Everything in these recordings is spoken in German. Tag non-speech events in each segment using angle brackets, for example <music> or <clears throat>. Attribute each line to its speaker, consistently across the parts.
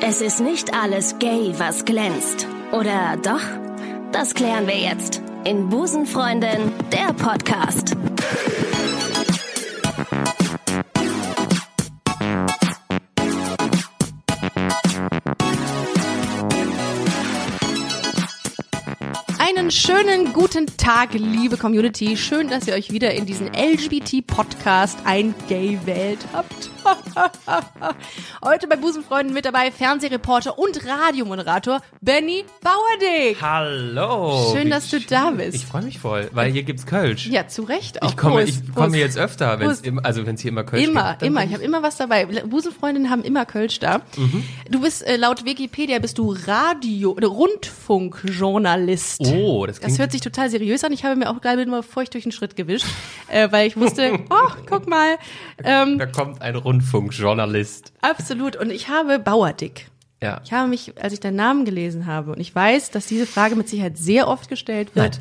Speaker 1: Es ist nicht alles gay, was glänzt. Oder doch? Das klären wir jetzt in Busenfreundin, der Podcast.
Speaker 2: Einen schönen guten Tag, liebe Community. Schön, dass ihr euch wieder in diesen LGBT-Podcast ein Gay wählt habt. <laughs> Heute bei Busenfreunden mit dabei Fernsehreporter und Radiomoderator Benny Bauerdick.
Speaker 3: Hallo.
Speaker 2: Schön, dass du da bist.
Speaker 3: Ich freue mich voll, weil hier gibt's Kölsch.
Speaker 2: Ja, zu Recht auch.
Speaker 3: Ich komme,
Speaker 2: Prost,
Speaker 3: ich komme
Speaker 2: Prost.
Speaker 3: jetzt öfter, wenn's
Speaker 2: Prost.
Speaker 3: im, also wenn es hier immer Kölsch
Speaker 2: Immer,
Speaker 3: gibt. dann-
Speaker 2: immer. Ich habe immer was dabei. Busenfreundinnen haben immer Kölsch da.
Speaker 3: Mhm.
Speaker 2: Du bist äh, laut Wikipedia bist du Radio, oder Rundfunkjournalist.
Speaker 3: Oh, das klingt
Speaker 2: Das hört sich total seriös an. Ich habe mir auch gerade immer feucht durch den Schritt gewischt, äh, weil ich
Speaker 3: <laughs>
Speaker 2: wusste, oh, guck mal. Ähm,
Speaker 3: Da kommt ein Rundfunkjournalist.
Speaker 2: absolut. Und ich habe Bauerdick.
Speaker 3: Ja.
Speaker 2: Ich habe mich, als ich deinen Namen gelesen habe, und ich weiß, dass diese Frage mit Sicherheit sehr oft gestellt wird.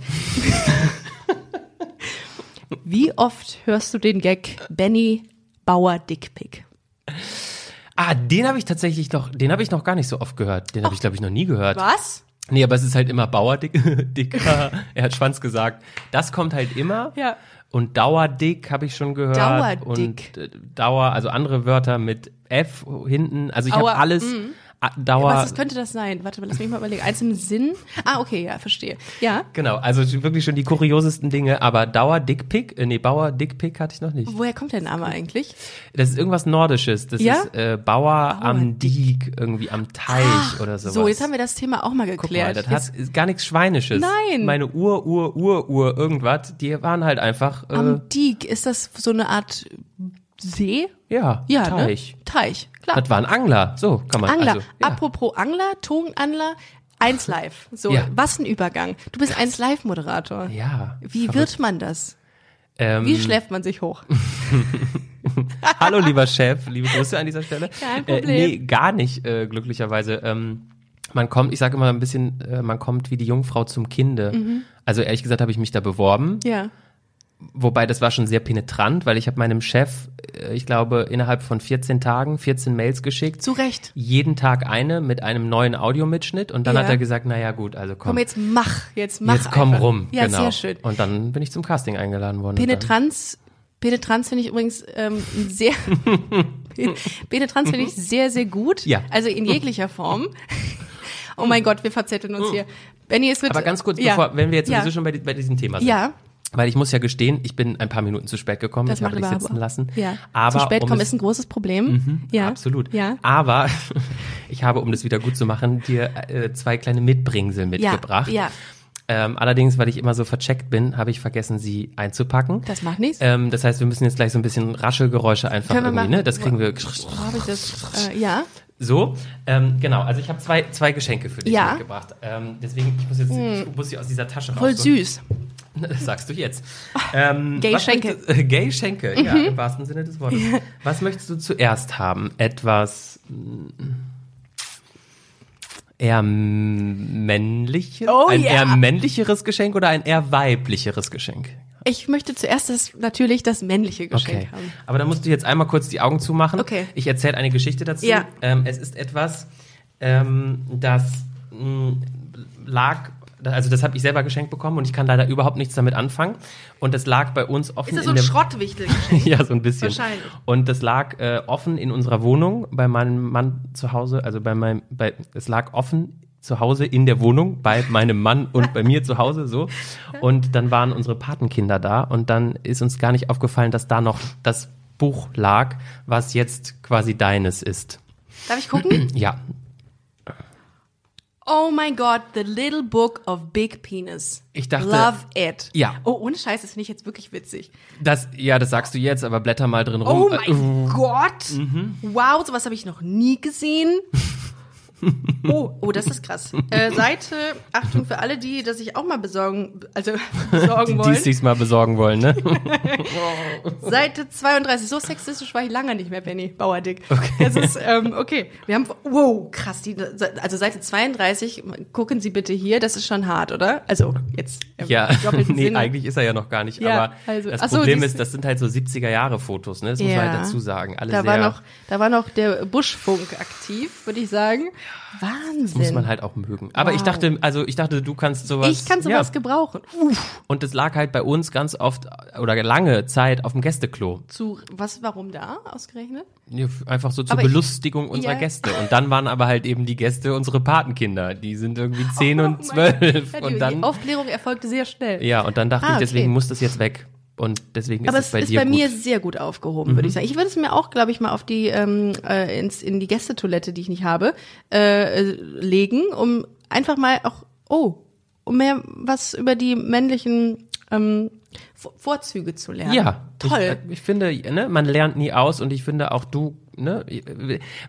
Speaker 2: Wie oft hörst du den Gag Benny Bauer Dickpick?
Speaker 3: Ah, den habe ich tatsächlich noch, den habe ich noch gar nicht so oft gehört. Den habe ich glaube ich noch nie gehört.
Speaker 2: Was?
Speaker 3: Nee, aber es ist halt immer Bauerdick, <laughs> dicker. er hat Schwanz gesagt. Das kommt halt immer.
Speaker 2: Ja.
Speaker 3: Und Dauerdick habe ich schon gehört.
Speaker 2: Dauerdick.
Speaker 3: Und äh, Dauer, also andere Wörter mit F hinten. Also ich habe
Speaker 2: Aua, mm.
Speaker 3: alles. a- Dauer.
Speaker 2: Was ist, könnte das sein? Warte mal, lass mich mal überlegen. Eins im Sinn? Ah, okay, ja, verstehe. Ja.
Speaker 3: Genau, also wirklich schon die kuriosesten Dinge, aber Dauer Dickpick, äh, nee, Bauer Dickpick hatte ich noch nicht.
Speaker 2: Woher kommt der Name eigentlich?
Speaker 3: Das ist irgendwas Nordisches, das
Speaker 2: Oh. Ja?
Speaker 3: ist äh, Bauer, am Diek, irgendwie am Teich oder sowas.
Speaker 2: Ah, So, jetzt haben wir das Thema auch mal
Speaker 3: Guck mal,
Speaker 2: geklärt.
Speaker 3: das
Speaker 2: Jetzt
Speaker 3: hat, ist gar nichts Schweinisches.
Speaker 2: Nein.
Speaker 3: Meine Ur, Ur, Ur, Ur, irgendwas, die waren halt einfach, äh,
Speaker 2: Am Diek, ist das so eine Art See?
Speaker 3: ja,
Speaker 2: Ja,
Speaker 3: Teich.
Speaker 2: Ne? Teich, klar.
Speaker 3: Das waren Angler, so kann man,
Speaker 2: Angler.
Speaker 3: also, ja.
Speaker 2: Apropos Angler, Tonangler, 1 Live. So,
Speaker 3: Ja.
Speaker 2: was ein Übergang. Du bist 1 Live-Moderator.
Speaker 3: ja.
Speaker 2: Wie
Speaker 3: verrückt.
Speaker 2: wird man das?
Speaker 3: Ähm,
Speaker 2: Wie schläft man sich
Speaker 3: <laughs>
Speaker 2: hoch?
Speaker 3: Hallo, lieber Chef, liebe Grüße an dieser Stelle.
Speaker 2: Kein Problem.
Speaker 3: Äh, nee, gar nicht, äh, glücklicherweise. Ähm, man kommt, ich sage immer ein bisschen, äh, man kommt wie die Jungfrau zum Kinde.
Speaker 2: Mhm.
Speaker 3: Also ehrlich gesagt habe ich mich da beworben,
Speaker 2: Ja.
Speaker 3: wobei das war schon sehr penetrant, weil ich habe meinem Chef, äh, ich glaube, innerhalb von 14 Tagen 14 Mails geschickt.
Speaker 2: Zu Recht.
Speaker 3: Jeden Tag eine mit einem neuen Audiomitschnitt und dann
Speaker 2: Ja.
Speaker 3: hat er gesagt, naja gut, also komm,
Speaker 2: Komm, jetzt mach. Jetzt mach.
Speaker 3: jetzt komm
Speaker 2: einfach.
Speaker 3: rum.
Speaker 2: Ja,
Speaker 3: genau.
Speaker 2: sehr schön.
Speaker 3: Und dann bin ich zum Casting eingeladen worden. Und dann-
Speaker 2: Penetranz, Penetranz finde ich übrigens ähm, ein sehr. <laughs> Penetranz finde ich sehr, sehr gut.
Speaker 3: Ja.
Speaker 2: Also in jeglicher
Speaker 3: <laughs>
Speaker 2: Form. Oh mein Gott, wir verzetteln uns hier. Benny, es wird.
Speaker 3: Aber ganz kurz,
Speaker 2: Ja.
Speaker 3: bevor, wenn wir jetzt
Speaker 2: ja.
Speaker 3: sowieso schon bei, di- bei diesem Thema sind.
Speaker 2: Ja.
Speaker 3: Weil ich muss ja gestehen, ich bin ein paar Minuten zu spät gekommen.
Speaker 2: Das
Speaker 3: ich habe
Speaker 2: macht
Speaker 3: dich
Speaker 2: überhaupt-
Speaker 3: sitzen lassen.
Speaker 2: Ja.
Speaker 3: Aber
Speaker 2: Zu spät
Speaker 3: um
Speaker 2: kommen
Speaker 3: es- Mhm,
Speaker 2: ist ein großes Problem. ja.
Speaker 3: Absolut.
Speaker 2: Ja.
Speaker 3: Aber <laughs> ich habe, um das wieder gut zu machen, dir äh, zwei kleine Mitbringsel mitgebracht.
Speaker 2: Ja.
Speaker 3: Ähm, allerdings, weil ich immer so vercheckt bin, habe ich vergessen, sie einzupacken.
Speaker 2: Das macht nichts.
Speaker 3: Ähm, das heißt, wir müssen jetzt gleich so ein bisschen Raschelgeräusche einfach
Speaker 2: Können wir
Speaker 3: irgendwie,
Speaker 2: machen.
Speaker 3: ne? Das kriegen wir.
Speaker 2: Wo habe ich das? Äh, ja.
Speaker 3: So, ähm, genau. Also ich habe zwei, zwei Geschenke für dich
Speaker 2: Ja. Hm.
Speaker 3: mitgebracht. Ähm, deswegen, ich muss jetzt, ich muss sie aus dieser Tasche
Speaker 2: Voll
Speaker 3: rausholen.
Speaker 2: süß.
Speaker 3: Das <laughs> sagst
Speaker 2: <laughs>
Speaker 3: du jetzt. Ähm,
Speaker 2: Gay
Speaker 3: was
Speaker 2: Schenke.
Speaker 3: möchtest- äh, Gay
Speaker 2: <laughs>
Speaker 3: Schenke, ja, im wahrsten Sinne des Wortes. Was möchtest du zuerst haben? Etwas mm, eher männliches?
Speaker 2: Oh
Speaker 3: ein
Speaker 2: ja.
Speaker 3: eher männlicheres Geschenk oder ein eher weiblicheres Geschenk?
Speaker 2: Ich möchte zuerst das, natürlich das männliche Geschenk
Speaker 3: Okay.
Speaker 2: haben.
Speaker 3: Aber da musst du jetzt einmal kurz die Augen zumachen.
Speaker 2: Okay.
Speaker 3: Ich erzähle eine Geschichte dazu.
Speaker 2: Ja.
Speaker 3: Ähm, es ist etwas, ähm, das mh, lag. Also das habe ich selber geschenkt bekommen und ich kann leider überhaupt nichts damit anfangen. Und das lag bei uns offen
Speaker 2: Ist das so
Speaker 3: in
Speaker 2: ein
Speaker 3: der
Speaker 2: Schrottwichtelgeschenk?
Speaker 3: <laughs> ja, so ein bisschen.
Speaker 2: Wahrscheinlich.
Speaker 3: Und das lag äh, offen in unserer Wohnung bei meinem Mann zu Hause, also bei meinem, bei, es lag offen zu Hause in der Wohnung bei meinem Mann und bei mir zu Hause
Speaker 2: <laughs>
Speaker 3: so. Und dann waren unsere Patenkinder da und dann ist uns gar nicht aufgefallen, dass da noch das Buch lag, was jetzt quasi deines ist.
Speaker 2: Darf ich
Speaker 3: <laughs>
Speaker 2: gucken?
Speaker 3: Ja,
Speaker 2: Oh mein Gott, The Little Book of Big Penis.
Speaker 3: Ich dachte-
Speaker 2: Love it.
Speaker 3: Ja.
Speaker 2: Oh, ohne Scheiß, das finde ich jetzt wirklich witzig.
Speaker 3: das, ja, das sagst du jetzt, aber blätter mal drin rum.
Speaker 2: Oh
Speaker 3: Äh, <laughs>
Speaker 2: mein Gott. Wow, sowas habe ich noch nie gesehen. Oh, oh, das ist krass. Äh, Seite, Achtung für alle, die das sich auch mal besorgen, also <laughs> besorgen
Speaker 3: Äh, Die es
Speaker 2: wollen.
Speaker 3: sich mal besorgen wollen, ne?
Speaker 2: Seite 32. So sexistisch war ich lange nicht mehr, Benny Bauerdick. Okay. Das ist, ähm, okay. Wir haben, wow, krass. Die, also Seite 32, gucken Sie bitte hier, das ist schon hart, oder? Also jetzt ähm,
Speaker 3: Ja, <laughs>
Speaker 2: im <laughs> doppelten
Speaker 3: nee,
Speaker 2: Sinne.
Speaker 3: eigentlich ist er ja noch gar nicht.
Speaker 2: Ja,
Speaker 3: aber
Speaker 2: also- ach
Speaker 3: das
Speaker 2: so,
Speaker 3: Problem
Speaker 2: die-
Speaker 3: ist, das sind halt so 70er-Jahre-Fotos, ne? Das muss man halt dazu sagen. Alle
Speaker 2: da
Speaker 3: sehr,
Speaker 2: war noch, da war noch der Buschfunk aktiv, würde ich sagen. Wahnsinn.
Speaker 3: muss man halt auch mögen. Aber ich
Speaker 2: Wow.
Speaker 3: dachte, also ich dachte, du kannst sowas.
Speaker 2: ich kann sowas
Speaker 3: ja.
Speaker 2: gebrauchen.
Speaker 3: Und das lag halt bei uns ganz oft oder lange Zeit auf dem Gästeklo.
Speaker 2: Zu, was, warum da ausgerechnet?
Speaker 3: Ja, f- Einfach so zur
Speaker 2: Aber ich-
Speaker 3: Belustigung unserer
Speaker 2: Ja.
Speaker 3: Gäste. Und dann waren aber halt eben die Gäste unsere Patenkinder. Die sind irgendwie 10 und 12.
Speaker 2: Ja, die,
Speaker 3: und dann,
Speaker 2: die Aufklärung erfolgte sehr schnell.
Speaker 3: ja, und dann dachte
Speaker 2: Oh. Ah,
Speaker 3: ich, deswegen
Speaker 2: okay.
Speaker 3: muss das jetzt weg. Und deswegen
Speaker 2: Aber
Speaker 3: ist
Speaker 2: es
Speaker 3: es bei
Speaker 2: ist
Speaker 3: dir
Speaker 2: bei mir
Speaker 3: gut. Mhm.
Speaker 2: sehr gut aufgehoben, würde ich sagen. Ich würde es mir auch, glaube ich, mal auf die ähm, äh, ins, in die Gästetoilette, die ich nicht habe, äh, äh, legen, um einfach mal auch, oh, um mehr was über die männlichen ähm, Vor- Vorzüge zu lernen.
Speaker 3: Ja,
Speaker 2: Toll.
Speaker 3: Ich, äh, ich finde, ne, man lernt nie aus und ich finde auch du, ne,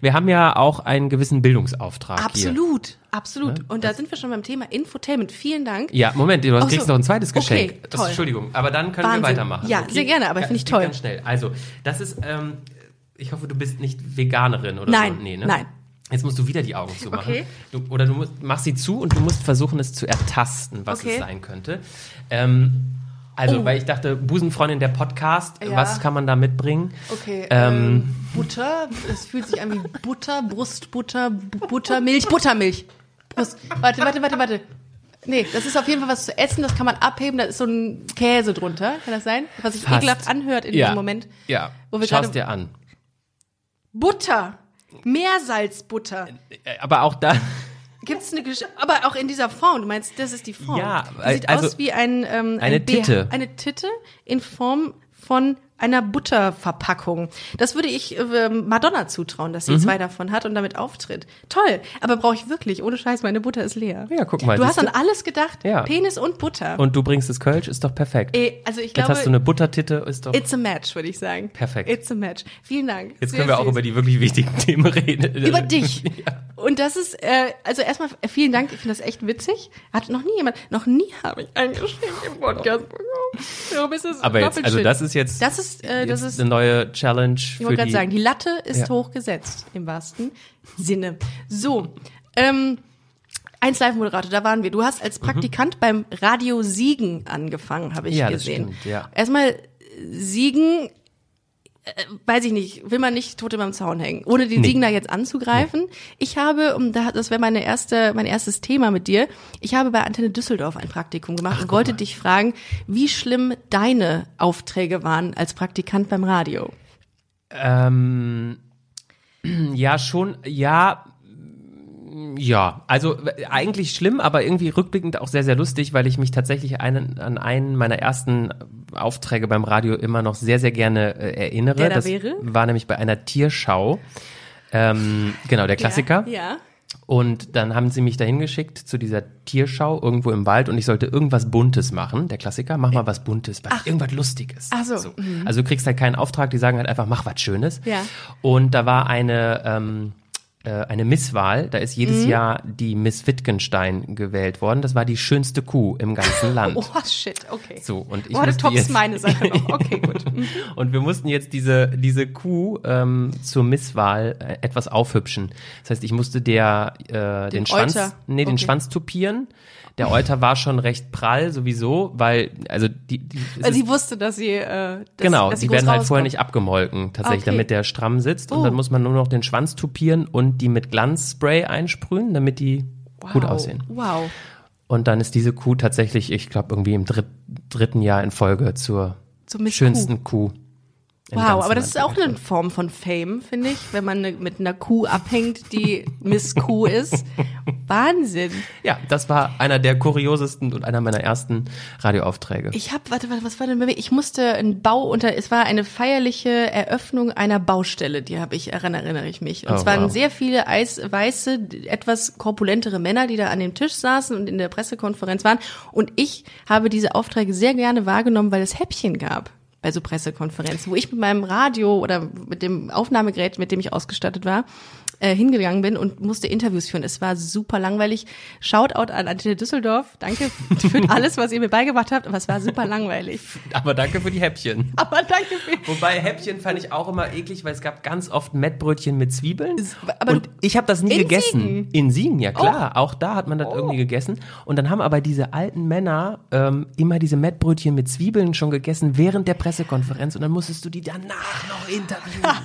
Speaker 3: wir haben ja auch einen gewissen Bildungsauftrag. Hier. Ne?
Speaker 2: Absolut, absolut. Und da sind wir schon beim Thema Infotainment. Vielen Dank.
Speaker 3: Ja, Moment, du
Speaker 2: Ach so.
Speaker 3: kriegst noch ein zweites
Speaker 2: Okay,
Speaker 3: Geschenk. das,
Speaker 2: toll.
Speaker 3: Entschuldigung, aber dann können
Speaker 2: Wahnsinn.
Speaker 3: wir weitermachen.
Speaker 2: Ja, sehr gerne, aber
Speaker 3: Ganz-
Speaker 2: finde ich
Speaker 3: geht
Speaker 2: toll.
Speaker 3: Ganz schnell. Also, das ist, ähm, ich hoffe, du bist nicht Veganerin oder
Speaker 2: Nein,
Speaker 3: so. Nee, ne?
Speaker 2: nein.
Speaker 3: Jetzt musst du wieder die Augen zumachen.
Speaker 2: Okay.
Speaker 3: Du, oder du musst, machst sie zu und du musst versuchen, es zu ertasten, was
Speaker 2: Okay.
Speaker 3: es sein könnte. Ähm, also,
Speaker 2: Oh.
Speaker 3: weil ich dachte, Busenfreundin, der Podcast,
Speaker 2: Ja.
Speaker 3: was kann man da mitbringen?
Speaker 2: Okay,
Speaker 3: Ähm.
Speaker 2: ähm, Butter, es fühlt sich an wie Butter, Brustbutter, Bu- Buttermilch, Buttermilch. Brust. Warte, warte, warte, warte. Nee, das ist auf jeden Fall was zu essen, das kann man abheben, da ist so ein Käse drunter, kann das sein? Was sich
Speaker 3: Fast.
Speaker 2: ekelhaft anhört in diesem Moment.
Speaker 3: Ja.
Speaker 2: Wo wir
Speaker 3: Schau
Speaker 2: gerade-
Speaker 3: es dir an.
Speaker 2: Butter, Meersalzbutter.
Speaker 3: Äh, Aber auch da. <laughs>
Speaker 2: Gibt's eine Gesch aber auch in dieser Form, du meinst, das ist die Form.
Speaker 3: Ja,
Speaker 2: die sieht
Speaker 3: also-
Speaker 2: aus wie ein, ähm, ein
Speaker 3: Eine
Speaker 2: BH
Speaker 3: Titte.
Speaker 2: Eine Titte in Form von einer Butterverpackung. Das würde ich ähm, Madonna zutrauen, dass sie
Speaker 3: Mhm.
Speaker 2: zwei davon hat und damit auftritt. Toll, aber brauche ich wirklich, ohne Scheiß, meine Butter ist leer.
Speaker 3: Ja, guck mal,
Speaker 2: Du hast
Speaker 3: siehst
Speaker 2: an
Speaker 3: du?
Speaker 2: alles gedacht,
Speaker 3: Ja.
Speaker 2: Penis und Butter.
Speaker 3: Und du bringst das Kölsch, ist doch perfekt.
Speaker 2: Eh, also ich
Speaker 3: Jetzt
Speaker 2: glaube,
Speaker 3: hast du eine Buttertitte, ist doch.
Speaker 2: it's a match, würde ich sagen.
Speaker 3: Perfekt.
Speaker 2: It's a match. Vielen Dank.
Speaker 3: Jetzt
Speaker 2: Sehr
Speaker 3: können wir auch
Speaker 2: süß.
Speaker 3: über die wirklich wichtigen <laughs> Themen reden.
Speaker 2: Über
Speaker 3: <laughs>
Speaker 2: dich. Und das ist, äh, also erstmal vielen Dank, ich finde das echt witzig. Hat noch nie jemand, noch nie habe ich ein Geschenk im Podcast bekommen. Warum ist das
Speaker 3: Aber jetzt,
Speaker 2: doppelt
Speaker 3: also
Speaker 2: schön?
Speaker 3: das ist jetzt,
Speaker 2: Das ist, äh, das
Speaker 3: jetzt
Speaker 2: ist,
Speaker 3: eine neue Challenge
Speaker 2: ich
Speaker 3: für
Speaker 2: wollte
Speaker 3: die.
Speaker 2: gerade sagen, die Latte ist
Speaker 3: Ja.
Speaker 2: hochgesetzt im wahrsten Sinne. So, ähm, eins Live-Moderator, da waren wir. Du hast
Speaker 3: Mhm.
Speaker 2: als Praktikant beim Radio Siegen angefangen, habe ich
Speaker 3: Ja, das
Speaker 2: gesehen.
Speaker 3: stimmt, ja.
Speaker 2: Erstmal äh, Siegen, äh, weiß ich nicht, will man nicht tot über dem Zaun hängen, ohne den
Speaker 3: Nee.
Speaker 2: Siegner jetzt anzugreifen. Ich habe, um da, das wäre meine erste, mein erstes Thema mit dir, ich habe bei Antenne Düsseldorf ein Praktikum gemacht und wollte dich fragen, wie schlimm deine Aufträge waren als Praktikant beim Radio.
Speaker 3: Ähm, ja, schon, ja. Ja, also w- eigentlich schlimm, aber irgendwie rückblickend auch sehr, sehr lustig, weil ich mich tatsächlich einen, an einen meiner ersten Aufträge beim Radio immer noch sehr, sehr gerne äh, erinnere.
Speaker 2: Der da
Speaker 3: das
Speaker 2: wäre?
Speaker 3: war nämlich bei einer Tierschau. Ähm, genau, der Klassiker.
Speaker 2: Ja.
Speaker 3: Und dann haben sie mich dahin geschickt zu dieser Tierschau irgendwo im Wald und ich sollte irgendwas Buntes machen. Der Klassiker, mach mal was Buntes, was irgendwas Lustiges.
Speaker 2: Ach so. Mhm.
Speaker 3: Also du kriegst halt keinen Auftrag, die sagen halt einfach, mach was Schönes.
Speaker 2: Ja.
Speaker 3: Und da war eine, ähm, äh, eine Misswahl, da ist
Speaker 2: Mhm.
Speaker 3: jedes Jahr die Miss Wittgenstein gewählt worden. Das war die schönste Kuh
Speaker 2: <laughs>
Speaker 3: im ganzen Land.
Speaker 2: Oh, shit, okay.
Speaker 3: So, und ich
Speaker 2: oh, du
Speaker 3: musste
Speaker 2: toppst
Speaker 3: jetzt-
Speaker 2: meine Sache noch. Okay,
Speaker 3: <laughs>
Speaker 2: gut.
Speaker 3: Und wir mussten jetzt diese, diese Kuh ähm, zur Misswahl äh, etwas aufhübschen. Das heißt, ich musste der äh, den, Schwanz,
Speaker 2: Euter.
Speaker 3: nee, den
Speaker 2: Okay.
Speaker 3: Schwanz tupieren. Der Euter war schon recht prall sowieso, weil also die, die es
Speaker 2: Also
Speaker 3: ist-
Speaker 2: sie wusste, dass sie, äh, dass,
Speaker 3: genau,
Speaker 2: dass sie
Speaker 3: die
Speaker 2: groß
Speaker 3: werden halt
Speaker 2: rauskommt.
Speaker 3: vorher nicht abgemolken tatsächlich,
Speaker 2: Okay.
Speaker 3: damit der stramm sitzt
Speaker 2: Oh.
Speaker 3: und dann muss man nur noch den Schwanz tupieren und die mit Glanzspray einsprühen, damit die
Speaker 2: Wow,
Speaker 3: gut aussehen.
Speaker 2: Wow.
Speaker 3: Und dann ist diese Kuh tatsächlich, ich glaube, irgendwie im dritt, dritten Jahr in Folge zur
Speaker 2: Zur Miss
Speaker 3: schönsten Kuh. im ganzen
Speaker 2: Wow, aber das
Speaker 3: Land
Speaker 2: ist auch eine Form von Fame, finde ich, wenn man ne, mit einer Kuh abhängt, die Miss Kuh
Speaker 3: <laughs>
Speaker 2: ist. Wahnsinn.
Speaker 3: Ja, das war einer der kuriosesten und einer meiner ersten Radioaufträge.
Speaker 2: Ich habe, warte, warte, was war denn bei mir? Ich musste einen Bau unter, es war eine feierliche Eröffnung einer Baustelle, die habe ich, daran erinnere ich mich. Und
Speaker 3: Oh,
Speaker 2: es waren
Speaker 3: wow.
Speaker 2: sehr viele eis, weiße, etwas korpulentere Männer, die da an dem Tisch saßen und in der Pressekonferenz waren. Und ich habe diese Aufträge sehr gerne wahrgenommen, weil es Häppchen gab. bei so Pressekonferenzen, wo ich mit meinem Radio oder mit dem Aufnahmegerät, mit dem ich ausgestattet war, äh, hingegangen bin und musste Interviews führen. Es war super langweilig. Shoutout an Antenne Düsseldorf. Danke
Speaker 3: <laughs>
Speaker 2: für alles, was ihr mir beigebracht habt, aber es war super langweilig.
Speaker 3: Aber danke für die Häppchen.
Speaker 2: Aber danke für
Speaker 3: Wobei Häppchen fand ich auch immer eklig, weil es gab ganz oft Mettbrötchen mit Zwiebeln.
Speaker 2: aber
Speaker 3: und
Speaker 2: du-
Speaker 3: ich habe das nie
Speaker 2: in
Speaker 3: gegessen.
Speaker 2: Siegen?
Speaker 3: In Siegen, ja klar. Auch da hat man das
Speaker 2: Oh.
Speaker 3: irgendwie gegessen. Und dann haben aber diese alten Männer ähm, immer diese Mettbrötchen mit Zwiebeln schon gegessen während der Pressekonferenz und dann musstest du die danach noch interviewen.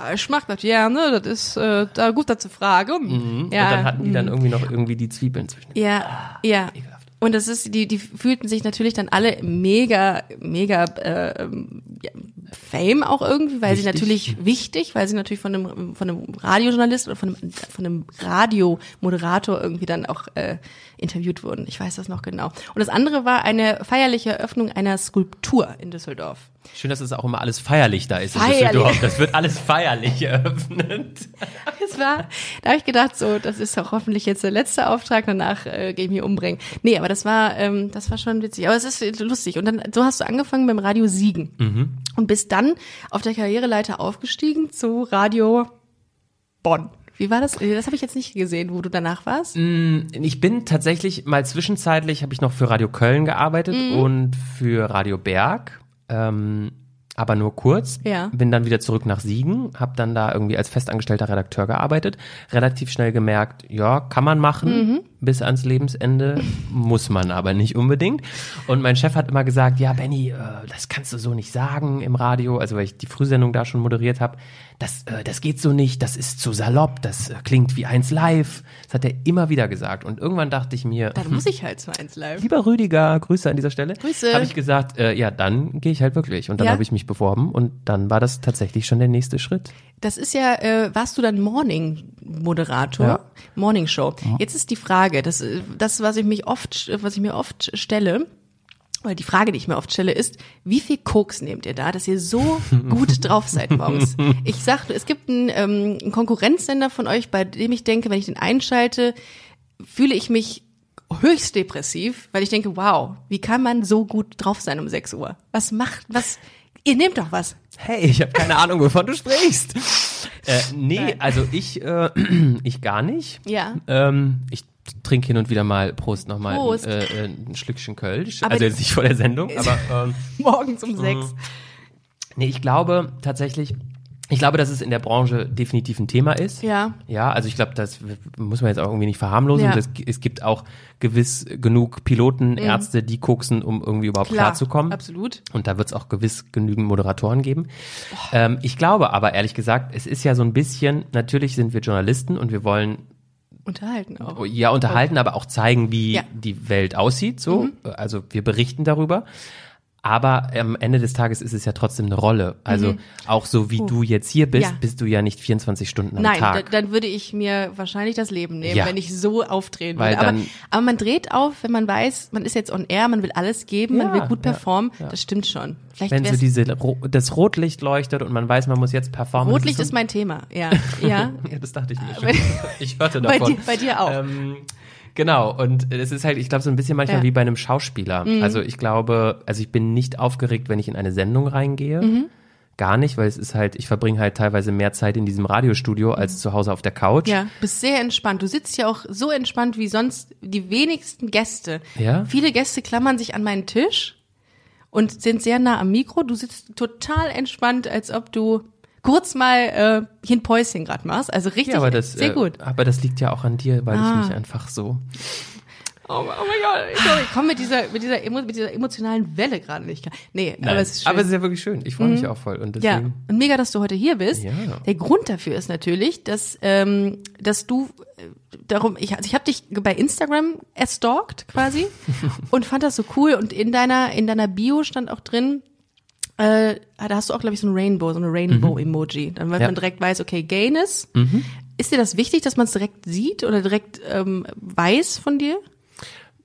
Speaker 2: Ja, ich mach das gerne, das ist äh, da gut dazu Frage. Ja,
Speaker 3: Mhm.
Speaker 2: Mhm.
Speaker 3: Und dann hatten die dann irgendwie noch irgendwie die Zwiebeln zwischen.
Speaker 2: ja, ja.
Speaker 3: Ah, ekelhaft.
Speaker 2: Und das ist, die, die fühlten sich natürlich dann alle mega, mega äh, ähm, ja, Fame auch irgendwie, weil sie
Speaker 3: Wichtig. Hm.
Speaker 2: natürlich wichtig, weil sie natürlich von einem von einem Radiojournalist oder von einem von einem Radiomoderator irgendwie dann auch äh, interviewt wurden. Ich weiß das noch genau. Und das andere war eine feierliche Eröffnung einer Skulptur in Düsseldorf.
Speaker 3: Schön, dass es auch immer alles feierlich da ist. in
Speaker 2: Feierlich.
Speaker 3: Düsseldorf. Das wird alles feierlich äh, eröffnet.
Speaker 2: Es war, da habe ich gedacht, so, das ist doch hoffentlich jetzt der letzte Auftrag, danach äh, gehe ich mich umbringen. Nee, aber das war, ähm, das war schon witzig. Aber es ist lustig. Und dann, so hast du angefangen beim Radio Siegen. Und bist dann auf der Karriereleiter aufgestiegen zu Radio Bonn. Wie war das? Das habe ich jetzt nicht gesehen, wo du danach warst.
Speaker 3: Ähm, Ich bin tatsächlich mal zwischenzeitlich, habe ich noch für Radio Köln gearbeitet und für Radio Berg, ähm, aber nur kurz.
Speaker 2: Ja.
Speaker 3: Bin dann wieder zurück nach Siegen, habe dann da irgendwie als festangestellter Redakteur gearbeitet, relativ schnell gemerkt, ja, kann man machen bis ans Lebensende, muss man aber nicht unbedingt. Und mein Chef hat immer gesagt, ja, Benny, äh, das kannst du so nicht sagen im Radio, also weil ich die Frühsendung da schon moderiert habe, das, äh, das geht so nicht, das ist zu salopp, das äh, klingt wie eins live. Das hat er immer wieder gesagt. Und irgendwann dachte ich mir,
Speaker 2: Dann muss ich halt zu eins live.
Speaker 3: lieber Rüdiger, Grüße an dieser Stelle,
Speaker 2: Grüße.
Speaker 3: habe ich gesagt, äh, ja, dann gehe ich halt wirklich. Und dann
Speaker 2: Ja.
Speaker 3: habe ich mich beworben und dann war das tatsächlich schon der nächste Schritt.
Speaker 2: Das ist ja, äh, warst du dann Morning-Moderator,
Speaker 3: Ja.
Speaker 2: Morning-Show. Jetzt ist die Frage, das, äh, das, was ich mich oft, äh, was ich mir oft stelle, oder die Frage, die ich mir oft stelle, ist, wie viel Koks nehmt ihr da, dass ihr so gut drauf seid morgens? Ich sag, es gibt einen, ähm, einen Konkurrenzsender von euch, bei dem ich denke, wenn ich den einschalte, fühle ich mich höchst depressiv, weil ich denke, wow, wie kann man so gut drauf sein um 6 Uhr? Was macht, was, ihr nehmt doch was. <laughs>
Speaker 3: Hey, ich habe keine Ahnung, wovon du sprichst. Äh, nee, also ich, äh, <clears throat> ich gar nicht.
Speaker 2: Ja.
Speaker 3: Ähm, ich trinke hin und wieder mal, Prost nochmal,
Speaker 2: Prost.
Speaker 3: Äh, äh, ein Schlückchen Kölsch.
Speaker 2: Aber-
Speaker 3: also jetzt nicht vor der Sendung, aber ähm,
Speaker 2: Morgens um 6.
Speaker 3: nee, ich glaube tatsächlich, ich glaube, dass es in der Branche definitiv ein Thema ist.
Speaker 2: Ja.
Speaker 3: Ja, also ich glaube, das w- muss man jetzt auch irgendwie nicht verharmlosen.
Speaker 2: Ja. Mhm.
Speaker 3: Das, es gibt auch gewiss genug Piloten, Ärzte, die koksen, um irgendwie überhaupt klarzukommen.
Speaker 2: Absolut.
Speaker 3: Und da wird es auch gewiss genügend Moderatoren geben. Ähm, ich glaube aber, ehrlich gesagt, es ist ja so ein bisschen, natürlich sind wir Journalisten und wir wollen
Speaker 2: Unterhalten auch.
Speaker 3: Oh, ja unterhalten, aber auch zeigen, wie
Speaker 2: Ja. Mhm.
Speaker 3: die Welt aussieht. So. Also wir berichten darüber. Aber am Ende des Tages ist es ja trotzdem eine Rolle. Also auch so wie du jetzt hier bist,
Speaker 2: Mhm. Ja.
Speaker 3: bist du ja nicht 24 Stunden am
Speaker 2: Nein, da,
Speaker 3: Tag.
Speaker 2: dann würde ich mir wahrscheinlich das Leben nehmen,
Speaker 3: Ja.
Speaker 2: wenn ich so aufdrehen
Speaker 3: Weil
Speaker 2: würde. Aber,
Speaker 3: dann-
Speaker 2: aber man dreht auf, wenn man weiß, man ist jetzt on air, man will alles geben, man
Speaker 3: Ja,
Speaker 2: will gut
Speaker 3: ja,
Speaker 2: performen. Das stimmt schon. Vielleicht
Speaker 3: Wenn so
Speaker 2: wär's,
Speaker 3: diese, Ro- das Rotlicht leuchtet und man weiß, man muss jetzt performen. das
Speaker 2: Rotlicht
Speaker 3: so-
Speaker 2: ist mein Thema.
Speaker 3: <laughs>
Speaker 2: Ja, ja.
Speaker 3: Ja, das dachte ich mir schon.
Speaker 2: Äh, Bei-
Speaker 3: <laughs> Ich hörte
Speaker 2: bei
Speaker 3: davon.
Speaker 2: dir- bei dir auch.
Speaker 3: Ähm, genau, und es ist halt, ich glaube, so ein bisschen manchmal
Speaker 2: Ja. Mhm.
Speaker 3: wie bei einem Schauspieler. Also ich glaube, also ich bin nicht aufgeregt, wenn ich in eine Sendung reingehe.
Speaker 2: Mhm.
Speaker 3: Gar nicht, weil es ist halt, ich verbringe halt teilweise mehr Zeit in diesem Radiostudio als zu Hause auf der Couch.
Speaker 2: Mhm. Ja, bist sehr entspannt. Du sitzt ja auch so entspannt wie sonst die wenigsten Gäste.
Speaker 3: Ja?
Speaker 2: Viele Gäste klammern sich an meinen Tisch und sind sehr nah am Mikro. Du sitzt total entspannt, als ob du kurz mal äh, hier ein Päuschen gerade machst. Also richtig,
Speaker 3: Ja, aber das,
Speaker 2: sehr
Speaker 3: äh,
Speaker 2: gut.
Speaker 3: aber das liegt ja auch an dir, weil
Speaker 2: Ah.
Speaker 3: ich mich einfach so.
Speaker 2: Oh, oh mein Gott, ich, glaub, ich komme mit dieser, mit, dieser emo, mit dieser emotionalen Welle gerade nicht klar. Nee, aber es ist schön. Mhm.
Speaker 3: aber es ist ja wirklich schön. Ich freue mich auch voll. Und
Speaker 2: ja,
Speaker 3: deswegen.
Speaker 2: und mega, dass du heute hier bist.
Speaker 3: Ja.
Speaker 2: Der Grund dafür ist natürlich, dass, ähm, dass du äh, darum, ich, also ich habe dich bei Instagram erstalkt quasi
Speaker 3: <laughs>
Speaker 2: und fand das so cool. Und in deiner, in deiner Bio stand auch drin, äh, da hast du auch, glaube ich, so ein Rainbow, so eine Rainbow-Emoji. Dann wird
Speaker 3: Mhm. Ja.
Speaker 2: man
Speaker 3: Mhm.
Speaker 2: direkt weiß, okay, Gayness. Ist dir das wichtig, dass man es direkt sieht oder direkt ähm, weiß von dir?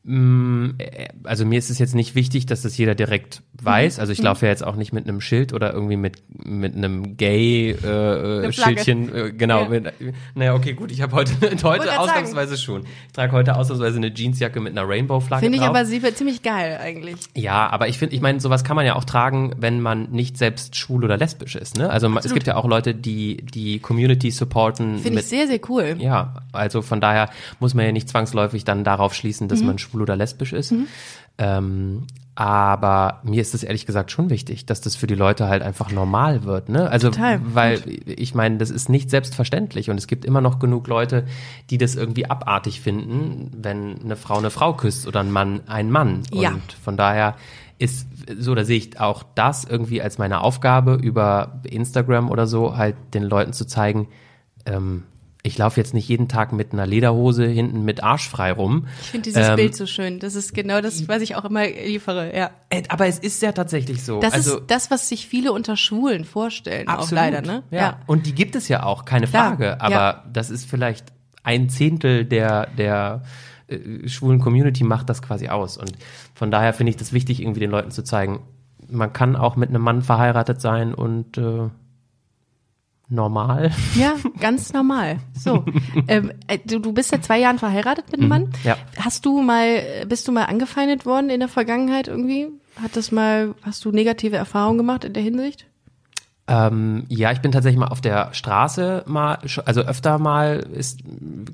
Speaker 3: Mm, äh, Also mir ist es jetzt nicht wichtig, dass das jeder direkt
Speaker 2: Mhm.
Speaker 3: weiß. Also ich laufe ja jetzt auch nicht mit einem Schild oder irgendwie mit mit einem
Speaker 2: Eine Flagge.
Speaker 3: Gay-Schildchen. Äh, genau.
Speaker 2: Ja.
Speaker 3: Mit, naja, okay, gut. Ich habe heute <laughs>
Speaker 2: grad
Speaker 3: heute
Speaker 2: sagen.
Speaker 3: ausnahmsweise schon. Ich trage heute ausnahmsweise eine Jeansjacke mit einer Rainbow-Flagge
Speaker 2: Finde ich
Speaker 3: drauf.
Speaker 2: aber sie wird ziemlich geil eigentlich.
Speaker 3: Ja, aber ich finde, ich meine, sowas kann man ja auch tragen, wenn man nicht selbst schwul oder lesbisch ist. Ne? Also ma- es gibt ja auch Leute, die die Community supporten.
Speaker 2: Finde ich
Speaker 3: mit,
Speaker 2: sehr, sehr cool.
Speaker 3: ja, also von daher muss man ja nicht zwangsläufig dann darauf schließen, dass man schwul oder lesbisch ist. Ähm, aber mir ist es ehrlich gesagt schon wichtig, dass das für die Leute halt einfach normal wird. Ne? Also,
Speaker 2: Total.
Speaker 3: weil ich meine, das ist nicht selbstverständlich und es gibt immer noch genug Leute, die das irgendwie abartig finden, wenn eine Frau eine Frau küsst oder ein Mann einen Mann.
Speaker 2: Ja.
Speaker 3: Und von daher ist so, da sehe ich auch das irgendwie als meine Aufgabe über Instagram oder so, halt den Leuten zu zeigen, ähm, ich laufe jetzt nicht jeden Tag mit einer Lederhose hinten mit Arsch frei rum.
Speaker 2: Ich finde dieses
Speaker 3: Ähm,
Speaker 2: Bild so schön. Das ist genau das, was ich auch immer liefere. Ja.
Speaker 3: Äh, Aber es ist ja tatsächlich so.
Speaker 2: Das
Speaker 3: also,
Speaker 2: ist das, was sich viele unter Schwulen vorstellen. Auch leider, ne?
Speaker 3: Ja. Und die gibt es ja auch, keine
Speaker 2: Klar,
Speaker 3: Frage. Aber
Speaker 2: ja.
Speaker 3: das ist vielleicht ein Zehntel der, der äh, schwulen Community macht das quasi aus. Und von daher finde ich das wichtig, irgendwie den Leuten zu zeigen, man kann auch mit einem Mann verheiratet sein und äh, normal.
Speaker 2: Ja, ganz normal.
Speaker 3: <laughs>
Speaker 2: So, ähm, äh, du, du bist seit zwei Jahren verheiratet mit einem Mann.
Speaker 3: Mhm. ja.
Speaker 2: Hast du mal, bist du mal angefeindet worden in der Vergangenheit irgendwie? Hat das mal, hast du negative Erfahrungen gemacht in der Hinsicht?
Speaker 3: Ähm, ja, ich bin tatsächlich mal auf der Straße mal, sch- also öfter mal ist,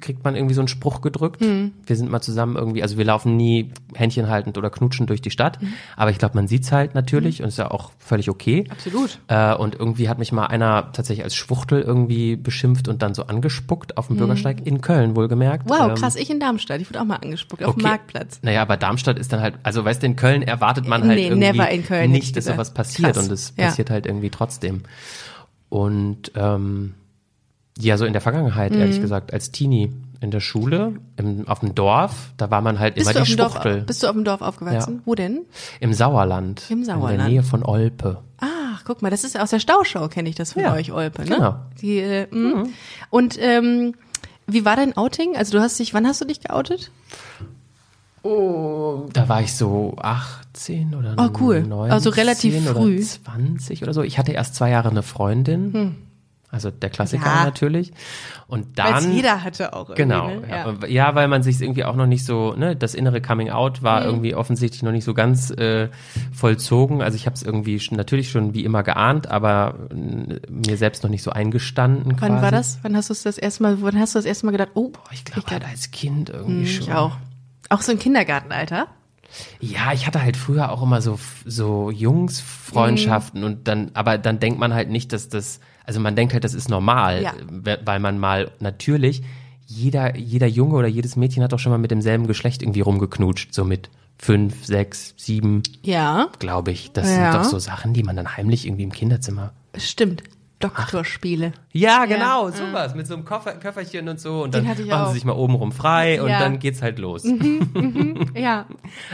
Speaker 3: kriegt man irgendwie so einen Spruch gedrückt.
Speaker 2: Hm.
Speaker 3: Wir sind mal zusammen irgendwie, also wir laufen nie händchenhaltend oder knutschend durch die Stadt,
Speaker 2: Mhm.
Speaker 3: aber ich glaube, man sieht's halt natürlich und ist ja auch völlig okay.
Speaker 2: Absolut.
Speaker 3: Äh, und irgendwie hat mich mal einer tatsächlich als Schwuchtel irgendwie beschimpft und dann so angespuckt auf dem Bürgersteig in Köln, wohlgemerkt.
Speaker 2: Mhm. Wow,
Speaker 3: Ähm,
Speaker 2: krass, ich in Darmstadt. Ich wurde auch mal angespuckt auf dem
Speaker 3: okay.
Speaker 2: Marktplatz.
Speaker 3: Naja, aber Darmstadt ist dann halt, also weißt du, in Köln erwartet man halt
Speaker 2: Nee,
Speaker 3: irgendwie
Speaker 2: never in Köln, hätte ich
Speaker 3: nicht, dass
Speaker 2: gesagt.
Speaker 3: sowas passiert
Speaker 2: Krass,
Speaker 3: und es
Speaker 2: ja.
Speaker 3: passiert halt irgendwie trotzdem. Und ähm, ja, so in der Vergangenheit,
Speaker 2: Mhm.
Speaker 3: ehrlich gesagt, als Teenie in der Schule, im, auf dem Dorf, da war man halt
Speaker 2: Bist du,
Speaker 3: immer
Speaker 2: auf
Speaker 3: die
Speaker 2: dem Dorf,
Speaker 3: Schwuchtel.
Speaker 2: bist du auf dem Dorf aufgewachsen?
Speaker 3: Ja.
Speaker 2: Wo denn?
Speaker 3: Im Sauerland.
Speaker 2: Im
Speaker 3: In der
Speaker 2: Sauerland.
Speaker 3: Nähe von Olpe.
Speaker 2: Ach, guck mal, das ist aus der Stauschau, kenne ich das von
Speaker 3: Ja,
Speaker 2: euch, Olpe, ne?
Speaker 3: genau. Mhm.
Speaker 2: Die, äh, mh. Und ähm, wie war dein Outing? Also du hast dich, wann hast du dich geoutet?
Speaker 3: Oh, da war ich so 18 oder
Speaker 2: Oh, cool.
Speaker 3: 19
Speaker 2: Also relativ
Speaker 3: oder
Speaker 2: früh. Hm.
Speaker 3: 20 oder so. Ich hatte erst zwei Jahre eine Freundin. Also der Klassiker
Speaker 2: Ja.
Speaker 3: natürlich. Und
Speaker 2: Als
Speaker 3: dann.
Speaker 2: jeder hatte auch irgendwie,
Speaker 3: Genau,
Speaker 2: ne?
Speaker 3: ja.
Speaker 2: ja.
Speaker 3: ja. weil man sich irgendwie auch noch nicht so, ne, das innere Coming Out
Speaker 2: Mhm.
Speaker 3: war irgendwie offensichtlich noch nicht so ganz äh, vollzogen. Also ich habe es irgendwie schon, natürlich schon wie immer geahnt, aber äh, mir selbst noch nicht so eingestanden. Quasi.
Speaker 2: Wann war das? Wann hast du es das erste Mal, wann hast du das erste Mal gedacht, oh,
Speaker 3: Boah, Ich glaube halt als Kind irgendwie schon.
Speaker 2: Hm, ich auch. Auch so im Kindergartenalter?
Speaker 3: Ja, ich hatte halt früher auch immer so so
Speaker 2: Mhm.
Speaker 3: Jungsfreundschaften und dann, aber dann denkt man halt nicht, dass das, also man denkt halt, das ist normal,
Speaker 2: Ja.
Speaker 3: we- weil man mal natürlich jeder jeder Junge oder jedes Mädchen hat doch schon mal mit demselben Geschlecht irgendwie rumgeknutscht, so mit fünf, sechs, sieben,
Speaker 2: Ja,
Speaker 3: glaube ich. Das
Speaker 2: Ja.
Speaker 3: sind doch so Sachen, die man dann heimlich irgendwie im Kinderzimmer.
Speaker 2: stimmt. Doktorspiele.
Speaker 3: Ja, genau, sowas mit so einem Koffer, Köfferchen und so und
Speaker 2: Mhm. Den
Speaker 3: dann
Speaker 2: hatte ich
Speaker 3: machen
Speaker 2: auch.
Speaker 3: sie sich mal oben rum frei und
Speaker 2: Ja. Mhm.
Speaker 3: dann geht's halt los.
Speaker 2: Ja,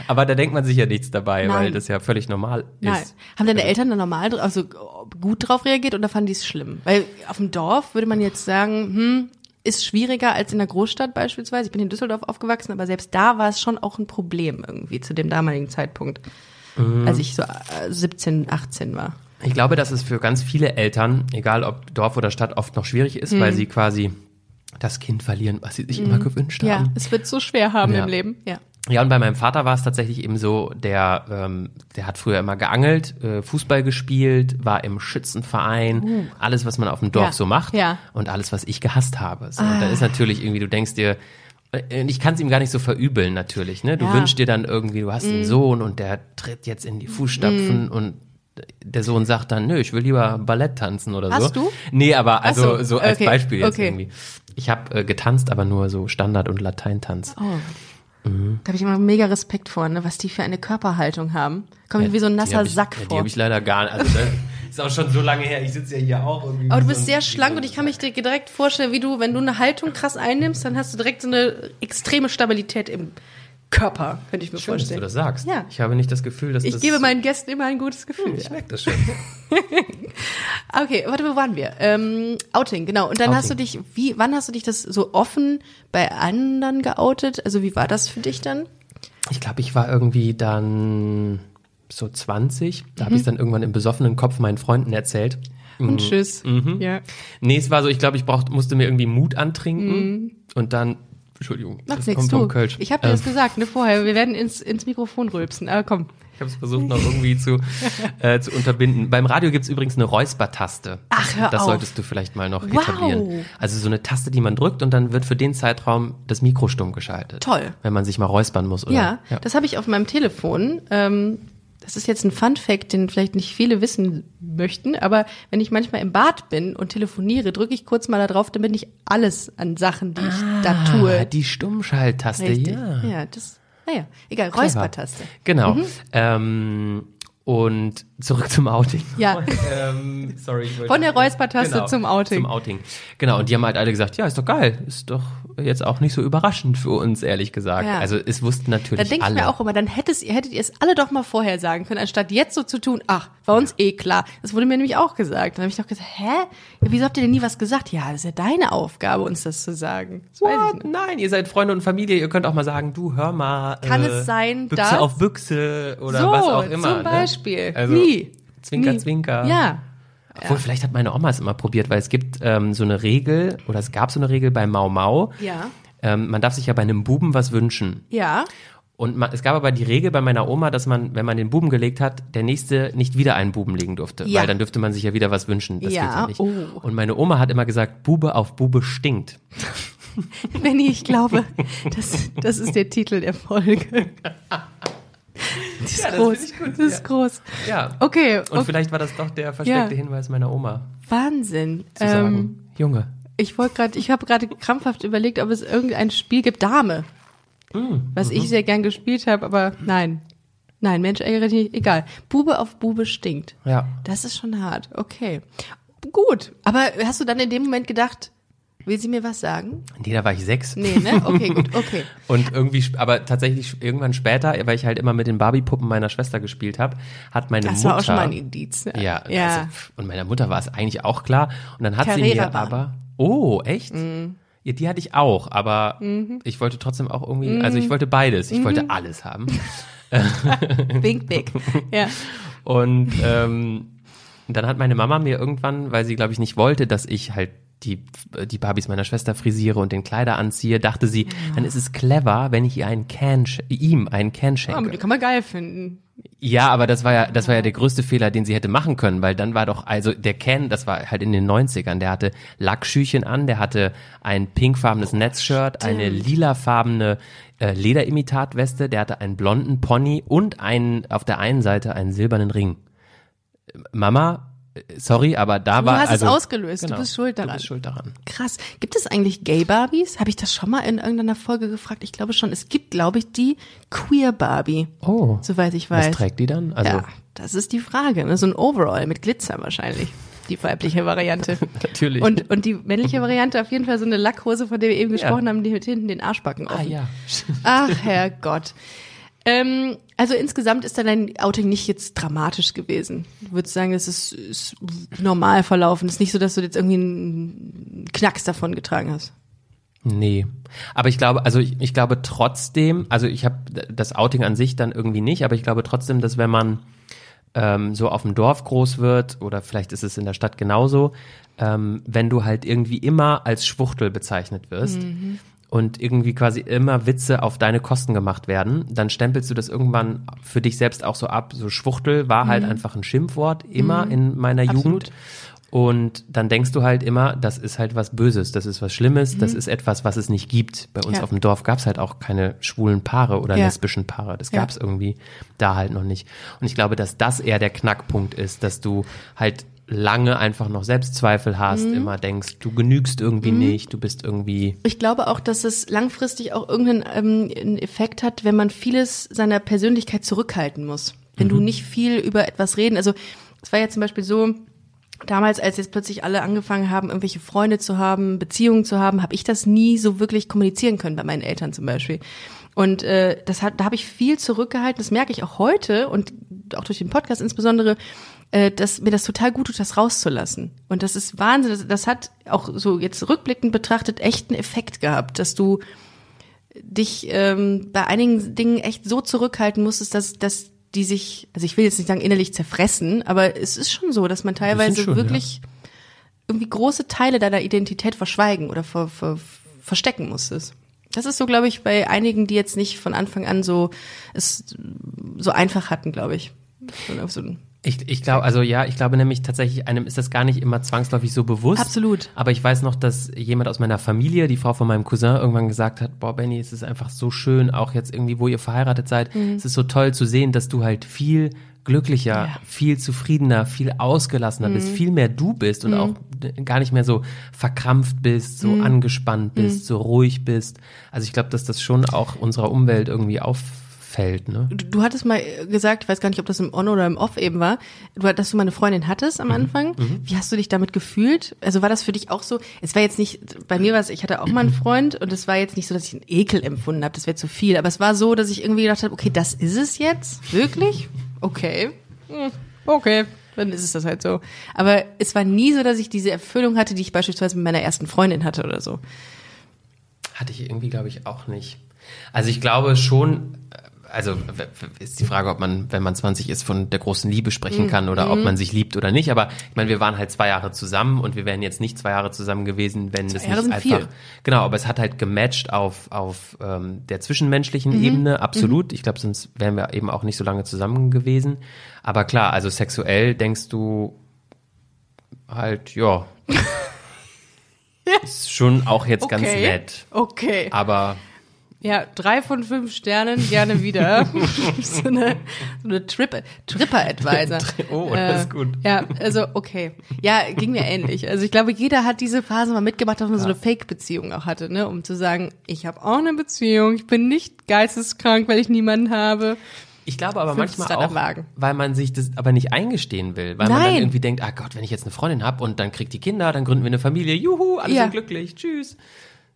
Speaker 3: Aber da denkt man sich ja nichts dabei, weil
Speaker 2: Nein.
Speaker 3: das ja völlig normal
Speaker 2: nein.
Speaker 3: ist.
Speaker 2: Haben deine Eltern da normal, dr- also gut drauf reagiert oder fanden die es schlimm? Weil auf dem Dorf würde man jetzt sagen, hm, ist schwieriger als in der Großstadt beispielsweise. Ich bin in Düsseldorf aufgewachsen, aber selbst da war es schon auch ein Problem irgendwie zu dem damaligen Zeitpunkt, als ich so äh, 17, 18 war.
Speaker 3: Ich glaube, dass es für ganz viele Eltern, egal ob Dorf oder Stadt, oft noch schwierig ist, weil sie quasi das Kind verlieren, was sie sich immer gewünscht
Speaker 2: Ja,
Speaker 3: haben.
Speaker 2: es wird so schwer haben
Speaker 3: Ja.
Speaker 2: im Leben. Ja.
Speaker 3: Ja, und bei meinem Vater war es tatsächlich eben so, der, ähm, der hat früher immer geangelt, äh, Fußball gespielt, war im Schützenverein, alles, was man auf dem Dorf
Speaker 2: Oh. Ja,
Speaker 3: so macht
Speaker 2: ja. Ah.
Speaker 3: und alles, was ich gehasst habe. So, Und da ist natürlich irgendwie, du denkst dir, äh, und ich kann es ihm gar nicht so verübeln natürlich, ne? Du
Speaker 2: Ja. Mm.
Speaker 3: wünschst dir dann irgendwie, du hast einen Sohn und der tritt jetzt in die Fußstapfen und der Sohn sagt dann, nö, ich will lieber Ballett tanzen oder so.
Speaker 2: Hast du?
Speaker 3: Nee, aber also
Speaker 2: so,
Speaker 3: so, als
Speaker 2: okay,
Speaker 3: Beispiel jetzt
Speaker 2: okay.
Speaker 3: irgendwie. Ich habe äh, getanzt, aber nur so Standard- und Lateintanz. Mhm.
Speaker 2: Da habe ich immer mega Respekt vor, ne, was die für eine Körperhaltung haben. Komme ich wie so ein
Speaker 3: Die
Speaker 2: nasser
Speaker 3: hab ich,
Speaker 2: Sack
Speaker 3: ja, Die
Speaker 2: vor.
Speaker 3: habe ich leider gar nicht. Also, das <laughs> ist auch schon so lange her. Ich sitze ja hier auch irgendwie.
Speaker 2: Aber du
Speaker 3: wie
Speaker 2: bist
Speaker 3: so
Speaker 2: sehr
Speaker 3: ein-
Speaker 2: schlank und ich kann mich dir direkt vorstellen, wie du, wenn du eine Haltung krass einnimmst, dann hast du direkt so eine extreme Stabilität im Körper, könnte ich mir
Speaker 3: Schön, dass du
Speaker 2: vorstellen.
Speaker 3: das sagst.
Speaker 2: Ja.
Speaker 3: Ich habe nicht das Gefühl, dass
Speaker 2: ich
Speaker 3: das. Hm.
Speaker 2: gebe meinen Gästen immer ein gutes Gefühl.
Speaker 3: Ich merke das
Speaker 2: <laughs>
Speaker 3: schon.
Speaker 2: Okay, warte, wo waren wir? Ähm, Outing, genau. Und dann hast du
Speaker 3: Outing.
Speaker 2: dich, wie, wann hast du dich das so offen bei anderen geoutet? Also wie war das für dich dann?
Speaker 3: ich glaube, ich war irgendwie dann so 20. Da
Speaker 2: Mhm.
Speaker 3: habe ich dann irgendwann im besoffenen Kopf meinen Freunden erzählt. Mhm.
Speaker 2: Und tschüss. Ja.
Speaker 3: Nee, es war so, ich glaube, ich brauch, musste mir irgendwie Mut antrinken und dann, Entschuldigung,
Speaker 2: Macht
Speaker 3: das kommt
Speaker 2: Mhm. nichts,
Speaker 3: vom
Speaker 2: du.
Speaker 3: Kölsch.
Speaker 2: Ich habe dir
Speaker 3: Ähm,
Speaker 2: das gesagt, ne, vorher. Wir werden ins, ins Mikrofon rülpsen. Aber komm.
Speaker 3: Ich habe es versucht noch irgendwie zu, äh, zu unterbinden. Beim Radio gibt's übrigens eine Räuspertaste.
Speaker 2: Ach, hör
Speaker 3: Das
Speaker 2: auf.
Speaker 3: solltest du vielleicht mal noch
Speaker 2: Wow.
Speaker 3: etablieren. Also so eine Taste, die man drückt und dann wird für den Zeitraum das Mikro stumm geschaltet.
Speaker 2: Toll.
Speaker 3: Wenn man sich mal räuspern muss. Oder?
Speaker 2: Ja, das habe ich auf meinem Telefon. Ähm, das ist jetzt ein Fun Fact, den vielleicht nicht viele wissen möchten, aber wenn ich manchmal im Bad bin und telefoniere, drücke ich kurz mal da drauf, damit nicht alles an Sachen, die ich da
Speaker 3: Ah,
Speaker 2: tue.
Speaker 3: die Stummschalttaste,
Speaker 2: Richtig.
Speaker 3: ja.
Speaker 2: ja, das. Naja, egal,
Speaker 3: Clever.
Speaker 2: Räuspertaste.
Speaker 3: Genau.
Speaker 2: Mhm.
Speaker 3: Ähm, und zurück zum Outing.
Speaker 2: Ja.
Speaker 3: <laughs> ähm, sorry. ich wollte-
Speaker 2: Von der Räuspertaste zum Outing.
Speaker 3: Zum Outing. Genau. Und die haben halt alle gesagt, ja, ist doch geil. Ist doch jetzt auch nicht so überraschend für uns, ehrlich gesagt.
Speaker 2: Ja.
Speaker 3: Also es wussten natürlich
Speaker 2: Da denke ich
Speaker 3: alle.
Speaker 2: mir auch immer, dann hättet ihr, hättet ihr es alle doch mal vorher sagen können, anstatt jetzt so zu tun, ach, war uns eh klar. Das wurde mir nämlich auch gesagt. Dann habe ich doch gesagt, hä? Ja, wieso habt ihr denn nie was gesagt? Ja, das ist ja deine Aufgabe, uns das zu sagen. Das weiß ich
Speaker 3: What?
Speaker 2: nicht.
Speaker 3: Nein, ihr seid Freunde und Familie. Ihr könnt auch mal sagen, du hör mal. äh,
Speaker 2: Kann es sein,
Speaker 3: Büchse
Speaker 2: dass-
Speaker 3: auf Büchse oder
Speaker 2: So,
Speaker 3: was auch immer.
Speaker 2: zum Beispiel.
Speaker 3: Ne? Also,
Speaker 2: Nie.
Speaker 3: Zwinker,
Speaker 2: Nie.
Speaker 3: zwinker.
Speaker 2: Ja.
Speaker 3: Obwohl, vielleicht hat meine Oma es immer probiert, weil es gibt ähm, so eine Regel oder es gab so eine Regel bei Mau Mau.
Speaker 2: Ja.
Speaker 3: Ähm, man darf sich ja bei einem Buben was wünschen.
Speaker 2: <laughs> Ja.
Speaker 3: Und man, es gab aber die Regel bei meiner Oma, dass man, wenn man den Buben gelegt hat, der nächste nicht wieder einen Buben legen durfte.
Speaker 2: Ja.
Speaker 3: Weil dann dürfte man sich ja wieder was wünschen. Das
Speaker 2: Ja,
Speaker 3: geht ja nicht.
Speaker 2: oh.
Speaker 3: Und meine Oma hat immer gesagt, Bube auf Bube stinkt.
Speaker 2: Benny, ich glaube, das, das ist der Titel der Folge. Das ist
Speaker 3: Ja, das
Speaker 2: groß.
Speaker 3: finde ich gut,
Speaker 2: Das ist groß.
Speaker 3: Ja.
Speaker 2: Okay, oh,
Speaker 3: Und
Speaker 2: okay.
Speaker 3: vielleicht war das doch der versteckte
Speaker 2: Ja. Ähm.
Speaker 3: Hinweis meiner Oma,
Speaker 2: Wahnsinn.
Speaker 3: zu sagen, Junge,
Speaker 2: Ich wollte gerade, ich habe gerade krampfhaft überlegt, ob es irgendein Spiel gibt, Dame.
Speaker 3: Hm,
Speaker 2: Was
Speaker 3: mhm.
Speaker 2: ich sehr gern gespielt habe, aber nein. Nein, Mensch, ärgere dich nicht. Egal. Bube auf Bube stinkt.
Speaker 3: Ja.
Speaker 2: Das ist schon hart. Okay. Gut. Aber hast du dann in dem Moment gedacht, will sie mir was sagen?
Speaker 3: nee, da war ich sechs.
Speaker 2: Nee, ne? Okay, gut,
Speaker 3: <laughs>
Speaker 2: okay.
Speaker 3: Und irgendwie, sp- aber tatsächlich sch- irgendwann später, weil ich halt immer mit den Barbie-Puppen meiner Schwester gespielt habe, hat meine
Speaker 2: Das
Speaker 3: Mutter.
Speaker 2: war auch schon mal ein Indiz. Ne?
Speaker 3: Ja,
Speaker 2: ja.
Speaker 3: Also, pf, und meiner Mutter war es eigentlich auch klar. Und dann hat sie mir
Speaker 2: Carrera-Bahn.
Speaker 3: aber. Oh, echt?
Speaker 2: Mhm.
Speaker 3: Ja, die hatte ich auch, aber ich wollte trotzdem auch irgendwie,
Speaker 2: Mhm.
Speaker 3: also ich wollte beides, ich wollte alles haben. also-
Speaker 2: Big,
Speaker 3: <laughs>
Speaker 2: big. Ja.
Speaker 3: Und ähm, dann hat meine Mama mir irgendwann, weil sie, glaube ich, nicht wollte, dass ich halt die, die Barbies meiner Schwester frisiere und den Kleider anziehe, dachte sie, dann ist es clever, wenn ich ihr einen Can, sch- ihm einen Can
Speaker 2: Oh,
Speaker 3: schenke.
Speaker 2: aber die kann man geil finden.
Speaker 3: Ja, aber das war ja, das war ja der größte Fehler, den sie hätte machen können, weil dann war doch, also der Ken, das war halt in den 90ern, der hatte Lackschüchen an, der hatte ein pinkfarbenes Netzshirt, eine lilafarbene äh, Lederimitatweste, der hatte einen blonden Pony und einen, auf der einen Seite einen silbernen Ring. Äh, Mama, äh, sorry, aber da
Speaker 2: Du
Speaker 3: war.
Speaker 2: hast
Speaker 3: also,
Speaker 2: es ausgelöst.
Speaker 3: genau,
Speaker 2: du bist schuld daran.
Speaker 3: Du bist schuld daran.
Speaker 2: Krass. Gibt es eigentlich Gay Barbies? Habe ich das schon mal in irgendeiner Folge gefragt? Ich glaube schon. Es gibt, glaube ich, die Queer Barbie.
Speaker 3: Oh.
Speaker 2: Soweit ich
Speaker 3: Was
Speaker 2: weiß.
Speaker 3: trägt die dann? Also,
Speaker 2: ja, das ist die Frage. Ne? So ein Overall mit Glitzer wahrscheinlich. Die weibliche Variante.
Speaker 3: <laughs> Natürlich.
Speaker 2: Und, und die männliche Variante auf jeden Fall so eine Lackhose, von der wir eben gesprochen
Speaker 3: Ja.
Speaker 2: haben, die mit hinten den Arschbacken offen.
Speaker 3: ah ja.
Speaker 2: Ach, Herrgott. Ähm, also insgesamt ist dann dein Outing nicht jetzt dramatisch gewesen. Du würdest sagen, das ist, ist normal verlaufen. Es ist nicht so, dass du jetzt irgendwie einen Knacks davon getragen hast.
Speaker 3: Nee. Aber ich glaube, also ich, ich glaube trotzdem, also ich habe das Outing an sich dann irgendwie nicht, aber ich glaube trotzdem, dass wenn man ähm, so auf dem Dorf groß wird, oder vielleicht ist es in der Stadt genauso, ähm, wenn du halt irgendwie immer als Schwuchtel bezeichnet wirst und irgendwie quasi immer Witze auf deine Kosten gemacht werden, dann stempelst du das irgendwann für dich selbst auch so ab. So Schwuchtel war halt einfach ein Schimpfwort immer in meiner Jugend. Und dann denkst du halt immer, das ist halt was Böses, das ist was Schlimmes, das ist etwas, was es nicht gibt. Bei uns
Speaker 2: Ja.
Speaker 3: auf dem Dorf gab es halt auch keine schwulen Paare oder
Speaker 2: Ja.
Speaker 3: lesbischen Paare. Das
Speaker 2: Ja.
Speaker 3: gab es irgendwie da halt noch nicht. Und ich glaube, dass das eher der Knackpunkt ist, dass du halt lange einfach noch Selbstzweifel hast,
Speaker 2: Mhm.
Speaker 3: immer denkst, du genügst irgendwie nicht, du bist irgendwie
Speaker 2: Ich glaube auch, dass es langfristig auch irgendeinen ähm, einen Effekt hat, wenn man vieles seiner Persönlichkeit zurückhalten muss. Wenn du nicht viel über etwas reden. Also es war ja zum Beispiel so, damals, als jetzt plötzlich alle angefangen haben, irgendwelche Freunde zu haben, Beziehungen zu haben, habe ich das nie so wirklich kommunizieren können bei meinen Eltern zum Beispiel. Und äh, das hat, da habe ich viel zurückgehalten. Das merke ich auch heute und auch durch den Podcast insbesondere, äh, dass mir das total gut tut, das rauszulassen. Und das ist Wahnsinn. Das, das hat auch so jetzt rückblickend betrachtet echt einen Effekt gehabt, dass du dich ähm, bei einigen Dingen echt so zurückhalten musstest, dass, dass die sich, also ich will jetzt nicht sagen innerlich zerfressen, aber es ist schon so, dass man teilweise
Speaker 3: schon, ja.
Speaker 2: wirklich irgendwie große Teile deiner Identität verschweigen oder ver, ver, verstecken musstest. Das ist so, glaube ich, bei einigen, die jetzt nicht von Anfang an so es so einfach hatten, glaube ich. Und auf so ein-
Speaker 3: Ich, ich glaube, also ja, ich glaube nämlich tatsächlich, einem ist das gar nicht immer zwangsläufig so bewusst.
Speaker 2: Absolut.
Speaker 3: Aber ich weiß noch, dass jemand aus meiner Familie, die Frau von meinem Cousin, irgendwann gesagt hat, boah, Benny, es ist einfach so schön, auch jetzt irgendwie, wo ihr verheiratet seid. Es ist so toll zu sehen, dass du halt viel glücklicher,
Speaker 2: Mhm. Ja. Mhm.
Speaker 3: viel zufriedener, viel ausgelassener bist, viel mehr du bist und auch gar nicht mehr so verkrampft bist,
Speaker 2: Mhm.
Speaker 3: so angespannt bist, so ruhig bist. Also ich glaube, dass das schon auch unserer Umwelt irgendwie auffällt, ne?
Speaker 2: Du, du hattest mal äh, gesagt, ich weiß gar nicht, ob das im On oder im Off eben war, du, dass du mal eine Freundin hattest
Speaker 3: Mhm.
Speaker 2: am Anfang. Wie hast du dich damit gefühlt? Also war das für dich auch so? Es war jetzt nicht, bei mir war es, ich hatte auch
Speaker 3: <clears throat>
Speaker 2: mal einen Freund und es war jetzt nicht so, dass ich einen Ekel empfunden habe, das wäre zu viel. Aber es war so, dass ich irgendwie gedacht habe, okay, das ist es jetzt? Wirklich? Okay. Hm, Okay. Dann ist es das halt so. Aber es war nie so, dass ich diese Erfüllung hatte, die ich beispielsweise mit meiner ersten Freundin hatte oder so.
Speaker 3: Hatte ich irgendwie, glaube ich, auch nicht. Also ich glaube schon, äh, also w- w- ist die Frage, ob man, wenn man 20 ist, von der großen Liebe
Speaker 2: Mhm.
Speaker 3: sprechen kann oder ob man sich liebt oder nicht. Aber ich meine, wir waren halt zwei Jahre zusammen und wir wären jetzt nicht zwei Jahre zusammen gewesen, wenn das
Speaker 2: Jahre
Speaker 3: nicht
Speaker 2: sind
Speaker 3: einfach.
Speaker 2: viel.
Speaker 3: Genau, aber es hat halt gematcht auf, auf ähm, der
Speaker 2: Mhm.
Speaker 3: zwischenmenschlichen Ebene, absolut. Ich glaube, sonst wären wir eben auch nicht so lange zusammen gewesen. Aber klar, also sexuell denkst du halt, ja.
Speaker 2: <laughs>
Speaker 3: Ist schon auch jetzt ganz
Speaker 2: Okay.
Speaker 3: nett.
Speaker 2: Okay.
Speaker 3: Aber
Speaker 2: Ja, drei von fünf Sternen, gerne
Speaker 3: <laughs>
Speaker 2: wieder. so eine, so eine Trip, Tripper-Advisor.
Speaker 3: <laughs> Oh, das ist gut.
Speaker 2: Ja, also okay. Ja, ging mir ähnlich. Also ich glaube, jeder hat diese Phase mal mitgemacht, dass man so eine Fake-Beziehung auch hatte, ne? um zu sagen, ich habe auch eine Beziehung, ich bin nicht geisteskrank, weil ich niemanden habe.
Speaker 3: Ich glaube aber
Speaker 2: Fünf
Speaker 3: manchmal
Speaker 2: Start am
Speaker 3: auch,
Speaker 2: Wagen.
Speaker 3: weil man sich das aber nicht eingestehen will, weil man dann
Speaker 2: Nein.
Speaker 3: irgendwie denkt, ah Gott, wenn ich jetzt eine Freundin habe und dann kriegt die Kinder, dann gründen wir eine Familie, juhu, alle
Speaker 2: Ja.
Speaker 3: sind glücklich, tschüss.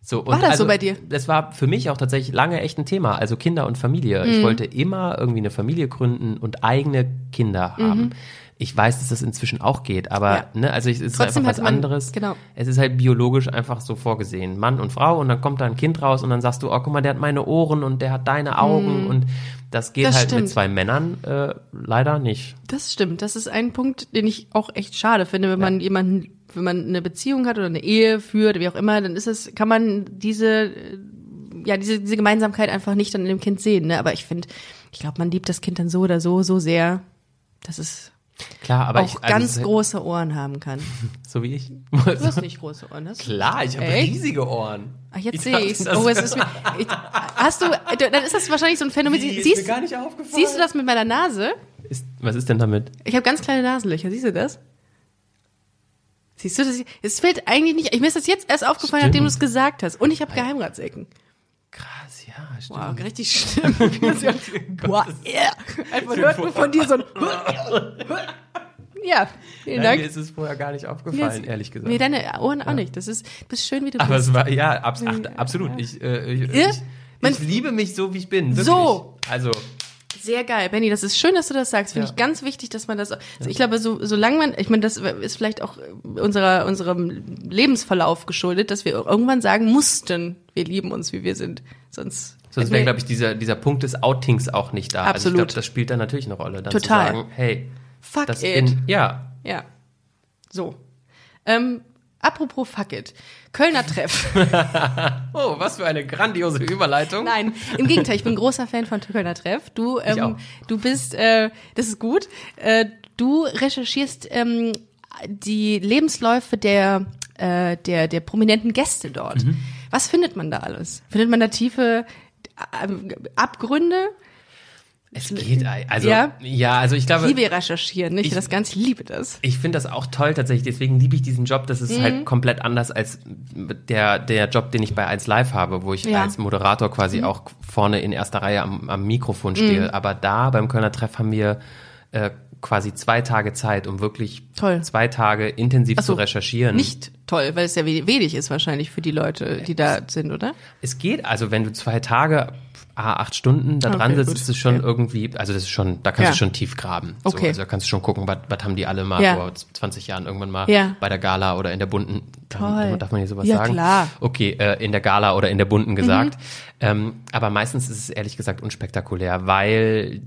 Speaker 3: So, und also
Speaker 2: War das so bei dir?
Speaker 3: Das war für mich auch tatsächlich lange echt ein Thema, also Kinder und Familie.
Speaker 2: Mhm.
Speaker 3: Ich wollte immer irgendwie eine Familie gründen und eigene Kinder haben. Ich weiß, dass das inzwischen auch geht, aber
Speaker 2: Mhm. Ja.
Speaker 3: ne, also ich, es ist
Speaker 2: Trotzdem
Speaker 3: einfach
Speaker 2: hat
Speaker 3: was
Speaker 2: man-
Speaker 3: anderes.
Speaker 2: genau.
Speaker 3: Es ist halt biologisch einfach so vorgesehen, Mann und Frau und dann kommt da ein Kind raus und dann sagst du, oh guck mal, der hat meine Ohren und der hat deine Augen und das geht
Speaker 2: Hm. Das
Speaker 3: halt
Speaker 2: stimmt.
Speaker 3: mit zwei Männern äh, leider nicht.
Speaker 2: Das stimmt. Das ist ein Punkt, den ich auch echt schade finde, wenn man jemanden, wenn man eine Beziehung hat oder eine Ehe führt, wie auch immer, dann ist es, kann man diese, äh, ja, diese, diese Gemeinsamkeit einfach nicht dann in dem Kind sehen. Ne? Aber ich finde, ich glaube, man liebt das Kind dann so oder so, so sehr, dass es
Speaker 3: Klar, aber
Speaker 2: auch
Speaker 3: ich also
Speaker 2: ganz
Speaker 3: so-
Speaker 2: große Ohren haben
Speaker 3: <laughs>
Speaker 2: kann.
Speaker 3: so wie ich.
Speaker 2: Du hast nicht große Ohren, hast du?
Speaker 3: Klar, ich habe
Speaker 2: Echt?
Speaker 3: riesige Ohren.
Speaker 2: Ach, jetzt sehe
Speaker 3: dachte,
Speaker 2: ich's.
Speaker 3: das-
Speaker 2: Oh, es
Speaker 3: <laughs>
Speaker 2: ist mir, ich, hast du, dann ist das wahrscheinlich so ein Phänomen.
Speaker 3: Die ist mir
Speaker 2: siehst,
Speaker 3: gar nicht aufgefallen.
Speaker 2: siehst du das mit meiner Nase?
Speaker 3: Ist, was ist denn damit?
Speaker 2: Ich habe ganz kleine Nasenlöcher, siehst du das? Siehst du das? Es fällt eigentlich nicht. Ich mir ist das jetzt erst aufgefallen, nachdem du es gesagt hast. Und ich habe Geheimratsecken.
Speaker 3: Krass, Ah, ja, stimmt.
Speaker 2: Wow, richtig schlimm. <laughs> Boah, yeah. Einfach hört man von dir so ein. ja, vielen
Speaker 3: Nein, mir
Speaker 2: Dank.
Speaker 3: ist es vorher gar nicht aufgefallen,
Speaker 2: Mir ist-
Speaker 3: ehrlich gesagt.
Speaker 2: Nee, deine Ohren auch nicht. Das ist, du bist schön, wie du
Speaker 3: aber
Speaker 2: bist.
Speaker 3: es war, ja, abs ach, absolut. Ich, äh, ich,
Speaker 2: Ja,
Speaker 3: ich,
Speaker 2: man-
Speaker 3: ich liebe mich so, wie ich bin. Wirklich.
Speaker 2: So.
Speaker 3: Also,
Speaker 2: Sehr geil, Benny. Das ist schön, dass du das sagst. Finde
Speaker 3: Ja.
Speaker 2: ich ganz wichtig, dass man das. Also Ich glaube, so, solange man, ich meine, das ist vielleicht auch unserer, unserem Lebensverlauf geschuldet, dass wir irgendwann sagen mussten, wir lieben uns, wie wir sind. Sonst.
Speaker 3: sonst wäre, glaube ich, dieser, dieser Punkt des Outings auch nicht da. Also ich
Speaker 2: Äh, Absolut.
Speaker 3: glaub, das spielt dann natürlich eine Rolle. Dann
Speaker 2: Total.
Speaker 3: Zu sagen, hey,
Speaker 2: Fuck
Speaker 3: das
Speaker 2: it.
Speaker 3: bin, ja,
Speaker 2: Ja. So. Ähm, apropos Fuck it. Kölner Treff.
Speaker 3: Oh, was für eine grandiose Überleitung.
Speaker 2: Nein, im Gegenteil, ich bin großer Fan von Kölner Treff. Du, ähm,
Speaker 3: auch.
Speaker 2: du bist, äh, das ist gut. Äh, du recherchierst ähm, die Lebensläufe der, äh, der, der prominenten Gäste dort.
Speaker 3: Mhm.
Speaker 2: Was findet man da alles? Findet man da tiefe ähm, Abgründe?
Speaker 3: Es geht, ei- also
Speaker 2: Ja?
Speaker 3: ja, also ich
Speaker 2: Ich
Speaker 3: glaube,
Speaker 2: liebe recherchieren, nicht? Ich,
Speaker 3: Ich-
Speaker 2: das Ganze, ich liebe das.
Speaker 3: ich finde das auch toll tatsächlich. Deswegen liebe ich diesen Job. Das ist
Speaker 2: Mhm.
Speaker 3: halt komplett anders als der der Job, den ich bei 1 Live habe, wo ich
Speaker 2: Ja. Mhm.
Speaker 3: als Moderator quasi auch vorne in erster Reihe am, am Mikrofon stehe. Aber da beim Kölner Treff haben wir äh, quasi zwei Tage Zeit, um wirklich
Speaker 2: Toll.
Speaker 3: zwei Tage intensiv
Speaker 2: Ach so,
Speaker 3: zu recherchieren.
Speaker 2: Nicht toll, weil es ja we- wenig ist wahrscheinlich für die Leute, die da sind, oder?
Speaker 3: Es geht, also wenn du zwei Tage, ah, acht Stunden da
Speaker 2: Okay,
Speaker 3: dran sitzt,
Speaker 2: gut.
Speaker 3: ist es schon
Speaker 2: Okay.
Speaker 3: irgendwie, also das ist schon, da kannst
Speaker 2: Ja.
Speaker 3: du schon tief graben. So,
Speaker 2: Okay.
Speaker 3: also da kannst du schon gucken, was was haben die alle mal
Speaker 2: Ja.
Speaker 3: vor 20 Jahren irgendwann mal
Speaker 2: Ja.
Speaker 3: bei der Gala oder in der bunten,
Speaker 2: Toll.
Speaker 3: darf, darf man hier sowas
Speaker 2: Ja,
Speaker 3: sagen?
Speaker 2: klar. Mhm.
Speaker 3: Okay, äh, in der Gala oder in der bunten gesagt. Ähm, aber meistens ist es ehrlich gesagt unspektakulär, weil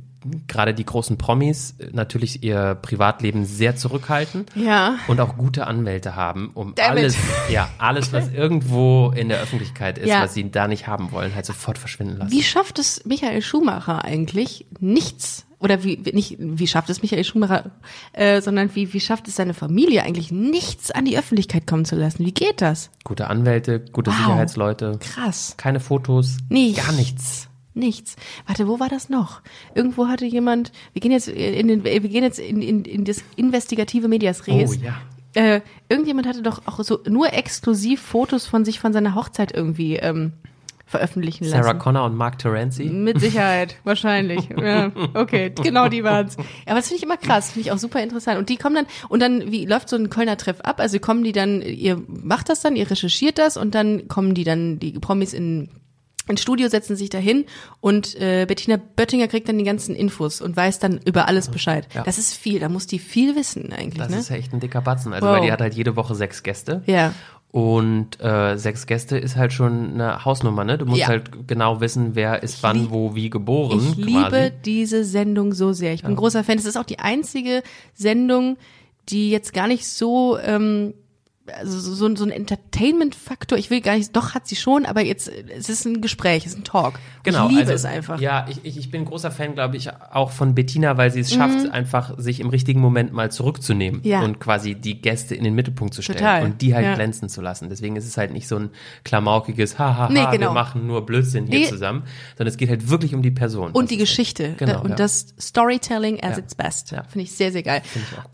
Speaker 3: gerade die großen Promis äh, natürlich ihr Privatleben sehr zurückhalten
Speaker 2: Ja.
Speaker 3: und auch gute Anwälte haben, um
Speaker 2: Damn it.
Speaker 3: alles, ja, alles, was irgendwo in der Öffentlichkeit ist,
Speaker 2: Ja.
Speaker 3: was sie da nicht haben wollen, halt sofort verschwinden lassen.
Speaker 2: Wie schafft es Michael Schumacher eigentlich nichts? Oder wie, wie- nicht, wie schafft es Michael Schumacher, äh, sondern wie, wie schafft es seine Familie eigentlich nichts an die Öffentlichkeit kommen zu lassen? Wie geht das?
Speaker 3: Gute Anwälte, gute
Speaker 2: Wow.
Speaker 3: Sicherheitsleute,
Speaker 2: Krass.
Speaker 3: keine Fotos,
Speaker 2: Nichts.
Speaker 3: gar nichts.
Speaker 2: Nichts. Warte, wo war das noch? Irgendwo hatte jemand, wir gehen jetzt in den, wir gehen jetzt in, in, in das investigative Medias Res.
Speaker 3: Oh, ja.
Speaker 2: Äh, irgendjemand hatte doch auch so nur exklusiv Fotos von sich von seiner Hochzeit irgendwie ähm, veröffentlichen lassen.
Speaker 3: Sarah Connor und Mark Terenzi.
Speaker 2: Mit Sicherheit,
Speaker 3: <laughs>
Speaker 2: wahrscheinlich. Ja, okay, genau die waren's. Aber das finde ich immer krass, finde ich auch super interessant. Und die kommen dann, und dann, wie läuft so ein Kölner Treff ab? Also kommen die dann, ihr macht das dann, ihr recherchiert das und dann kommen die dann, die Promis in ins Studio setzen sich dahin und äh, Bettina Böttinger kriegt dann die ganzen Infos und weiß dann über alles Bescheid.
Speaker 3: Ja.
Speaker 2: Das ist viel, da muss die viel wissen eigentlich,
Speaker 3: Das
Speaker 2: ne?
Speaker 3: ist echt ein dicker Batzen. Also,
Speaker 2: Wow.
Speaker 3: weil die hat halt jede Woche sechs Gäste.
Speaker 2: ja.
Speaker 3: Und äh, sechs Gäste ist halt schon eine Hausnummer, ne? Du musst
Speaker 2: Ja.
Speaker 3: halt genau wissen, wer ist wann, wo, wie geboren.
Speaker 2: Ich
Speaker 3: quasi.
Speaker 2: liebe diese Sendung so sehr. Ich bin ein großer Fan. Es ist auch die einzige Sendung, die jetzt gar nicht so, ähm, also so, so, so ein Entertainment-Faktor, ich will gar nicht, doch hat sie schon, aber jetzt, es ist ein Gespräch, es ist ein Talk. ich liebe es einfach.
Speaker 3: Genau, also Ja, ich, ich, ich bin großer Fan, glaube ich, auch von Bettina, weil sie es schafft, einfach sich im richtigen Moment mal zurückzunehmen
Speaker 2: Mhm. Ja.
Speaker 3: und quasi die Gäste in den Mittelpunkt zu stellen
Speaker 2: Total,
Speaker 3: und die halt
Speaker 2: ja.
Speaker 3: glänzen zu lassen. Deswegen ist es halt nicht so ein klamaukiges Hahaha,
Speaker 2: Nee, genau.
Speaker 3: wir machen nur Blödsinn hier
Speaker 2: Nee.
Speaker 3: zusammen, sondern es geht halt wirklich um die Person.
Speaker 2: Und
Speaker 3: Das
Speaker 2: die
Speaker 3: ist halt-
Speaker 2: Geschichte.
Speaker 3: Genau,
Speaker 2: Da- und
Speaker 3: ja.
Speaker 2: das Storytelling as
Speaker 3: Ja.
Speaker 2: its best.
Speaker 3: Ja.
Speaker 2: Finde ich sehr, sehr geil.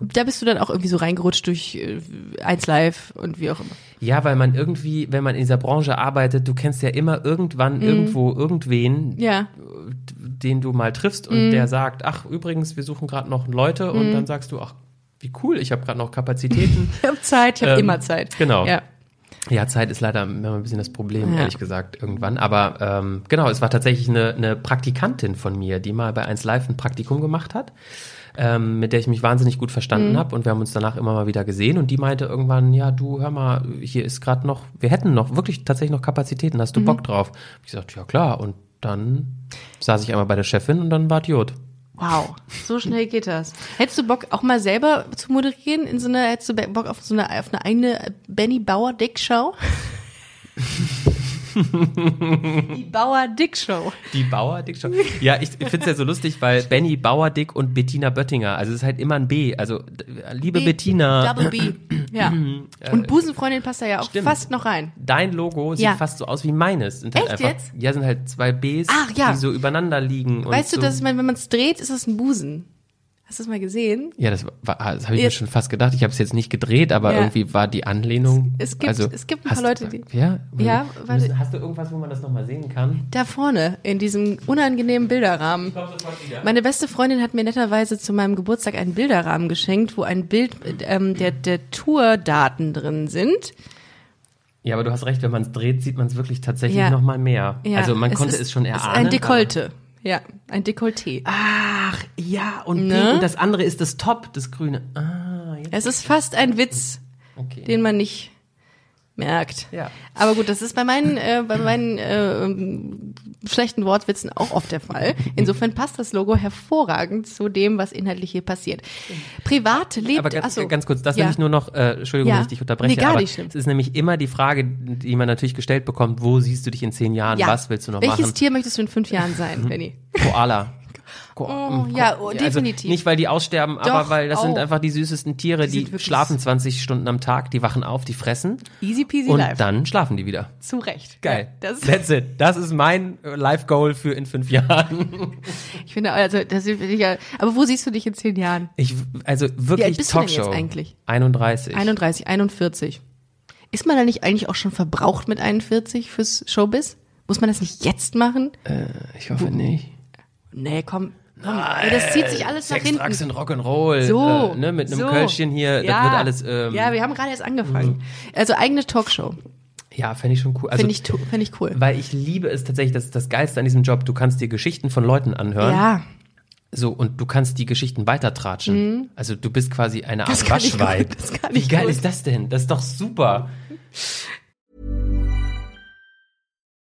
Speaker 2: Da bist du dann auch irgendwie so reingerutscht durch äh, 1 Live und wie auch immer.
Speaker 3: Ja, weil man irgendwie, wenn man in dieser Branche arbeitet, du kennst ja immer irgendwann irgendwo irgendwen,
Speaker 2: Mhm. Ja. Mhm.
Speaker 3: den du mal triffst und der sagt, ach übrigens, wir suchen gerade noch Leute und dann sagst du, ach wie cool, ich habe gerade noch Kapazitäten.
Speaker 2: Ich habe Zeit, ich habe
Speaker 3: Ähm,
Speaker 2: immer Zeit.
Speaker 3: genau.
Speaker 2: Ja.
Speaker 3: ja, Zeit ist leider immer ein bisschen das Problem,
Speaker 2: Ja.
Speaker 3: ehrlich gesagt, irgendwann. Aber ähm, genau, es war tatsächlich eine, eine Praktikantin von mir, die mal bei 1 Live ein Praktikum gemacht hat, ähm, mit der ich mich wahnsinnig gut
Speaker 2: Mhm.
Speaker 3: verstanden habe und wir haben uns danach immer mal wieder gesehen und die meinte irgendwann, ja, du hör mal, hier ist gerade noch, wir hätten noch wirklich tatsächlich noch Kapazitäten,
Speaker 2: Mhm.
Speaker 3: hast du Bock drauf? Ich sagte, ja klar, und dann saß ich einmal bei der Chefin und dann war Idiot.
Speaker 2: Wow, so schnell geht das. Hättest du Bock, auch mal selber zu moderieren? In so einer, hättest du Bock auf so eine, auf eine eigene Benny Bauer Dick
Speaker 3: <laughs>
Speaker 2: Show? Die Bauer Dick Show.
Speaker 3: Die Bauerdick schon. Ja, ich finde es ja so lustig, weil Benny Bauerdick und Bettina Böttinger, also es ist halt immer ein B. Also d- liebe Bettina,
Speaker 2: Double B. Ja. Und Busenfreundin passt da ja auch
Speaker 3: Stimmt.
Speaker 2: fast noch rein.
Speaker 3: dein Logo sieht
Speaker 2: Ja.
Speaker 3: fast so aus wie meines. Sind
Speaker 2: Echt
Speaker 3: halt einfach,
Speaker 2: jetzt?
Speaker 3: Ja, sind halt zwei Bs,
Speaker 2: Ach, ja.
Speaker 3: die so übereinander liegen.
Speaker 2: Weißt
Speaker 3: und
Speaker 2: du,
Speaker 3: so.
Speaker 2: dass man, wenn man es dreht, ist es ein Busen. Hast du das mal gesehen?
Speaker 3: Ja, das, war- das habe ich mir
Speaker 2: Jetzt-
Speaker 3: schon fast gedacht. Ich habe es jetzt nicht gedreht, aber
Speaker 2: Ja.
Speaker 3: irgendwie war die Anlehnung.
Speaker 2: Es- es gibt-
Speaker 3: also,
Speaker 2: es gibt ein
Speaker 3: hast
Speaker 2: paar
Speaker 3: du-
Speaker 2: Leute, die-
Speaker 3: Ja,
Speaker 2: Ja,
Speaker 3: Wir
Speaker 2: warte.
Speaker 3: müssen, hast du irgendwas, wo man das nochmal sehen kann?
Speaker 2: Da vorne, in diesem unangenehmen Bilderrahmen. Meine beste Freundin hat mir netterweise zu meinem Geburtstag einen Bilderrahmen geschenkt, wo ein Bild ähm, der, der Tourdaten drin sind.
Speaker 3: Ja, aber du hast recht, wenn man es dreht, sieht man es wirklich tatsächlich
Speaker 2: Ja.
Speaker 3: nochmal mehr.
Speaker 2: Ja,
Speaker 3: also man konnte
Speaker 2: ist-
Speaker 3: es, schon
Speaker 2: ist Ein
Speaker 3: erahnen. aber-
Speaker 2: Dekolleté. Ja, ein Dekolleté.
Speaker 3: Ach, ja, und,
Speaker 2: Ne?
Speaker 3: pink. und das andere ist das Top, das Grüne. Ah, jetzt,
Speaker 2: Es ist fast ein Witz,
Speaker 3: okay.
Speaker 2: den man nicht merkt.
Speaker 3: Ja.
Speaker 2: Aber gut, das ist bei meinen, äh, bei meinen äh, ähm, schlechten Wortwitzen auch oft der Fall. Insofern passt das Logo hervorragend zu dem, was inhaltlich hier passiert. Privat lebt,
Speaker 3: aber ganz,
Speaker 2: achso,
Speaker 3: ganz kurz, das
Speaker 2: ja.
Speaker 3: nämlich nur noch, äh, Entschuldigung,
Speaker 2: Ja.
Speaker 3: wenn ich dich unterbreche,
Speaker 2: Nee, gar
Speaker 3: aber
Speaker 2: nicht schlimm.
Speaker 3: es ist nämlich immer die Frage, die man natürlich gestellt bekommt, wo siehst du dich in zehn Jahren,
Speaker 2: Ja.
Speaker 3: was willst du noch
Speaker 2: Welches
Speaker 3: machen? Mhm.
Speaker 2: Tier möchtest du in fünf Jahren sein, Benny? <laughs>
Speaker 3: Koala. Ko
Speaker 2: Oh,
Speaker 3: mm,
Speaker 2: ja, oh, definitiv.
Speaker 3: Also nicht, weil die aussterben, aber weil das sind
Speaker 2: auch.
Speaker 3: einfach die süßesten Tiere,
Speaker 2: sind
Speaker 3: die,
Speaker 2: wirklich-
Speaker 3: schlafen 20 Stunden am Tag, die wachen auf, die fressen
Speaker 2: Easy peasy
Speaker 3: und
Speaker 2: life.
Speaker 3: dann schlafen die wieder.
Speaker 2: Zu Recht.
Speaker 3: Geil.
Speaker 2: Ja, das,
Speaker 3: That's it. Das ist mein äh, Life-Goal für
Speaker 2: <laughs>
Speaker 3: in fünf Jahren.
Speaker 2: ich finde, also, das ist ja, aber wo siehst du dich in zehn Jahren?
Speaker 3: Ich, also
Speaker 2: Wie
Speaker 3: wirklich
Speaker 2: alt bist du denn
Speaker 3: Talkshow.
Speaker 2: jetzt eigentlich?
Speaker 3: 31.
Speaker 2: 31, 41. Ist man da nicht eigentlich auch schon verbraucht mit 41 fürs Showbiz? Muss man das nicht jetzt machen?
Speaker 3: ich hoffe nicht.
Speaker 2: Nee, komm. Ey, das zieht sich alles nach
Speaker 3: Sex,
Speaker 2: hinten.
Speaker 3: Drugs und Rock'n'Roll.
Speaker 2: So,
Speaker 3: Äh, ne, mit einem
Speaker 2: so.
Speaker 3: Kölschchen hier, das wird alles. Ähm,
Speaker 2: ja,
Speaker 3: ja,
Speaker 2: wir haben gerade erst angefangen. Also eigene Talkshow.
Speaker 3: fände ich schon cool. Also,
Speaker 2: Finde ich, tu- find ich cool.
Speaker 3: weil ich liebe es tatsächlich, das ist das Geilste an diesem Job. Du kannst dir Geschichten von Leuten anhören.
Speaker 2: Ja,
Speaker 3: So, und du kannst die Geschichten weitertratschen. Also du bist quasi eine
Speaker 2: Mhm. Das
Speaker 3: Art
Speaker 2: kann ich
Speaker 3: Waschwein.
Speaker 2: gut, das kann
Speaker 3: Wie
Speaker 2: ich
Speaker 3: geil
Speaker 2: gut.
Speaker 3: ist das denn? Das ist doch super.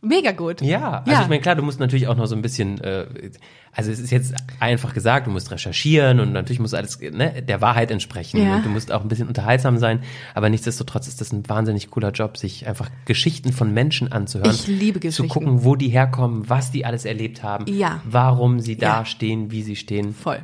Speaker 2: mega gut.
Speaker 3: Ja, also
Speaker 2: Ja.
Speaker 3: ich meine, klar, du musst natürlich auch noch so ein bisschen, äh, also es ist jetzt einfach gesagt, du musst recherchieren und natürlich muss alles ne, der Wahrheit entsprechen.
Speaker 2: Ja.
Speaker 3: Und du musst auch ein bisschen unterhaltsam sein, aber nichtsdestotrotz ist das ein wahnsinnig cooler Job, sich einfach Geschichten von Menschen anzuhören.
Speaker 2: Ich liebe Geschichten.
Speaker 3: Zu gucken, wo die herkommen, was die alles erlebt haben,
Speaker 2: Ja.
Speaker 3: warum sie da
Speaker 2: Ja.
Speaker 3: stehen, wie sie stehen.
Speaker 2: Voll.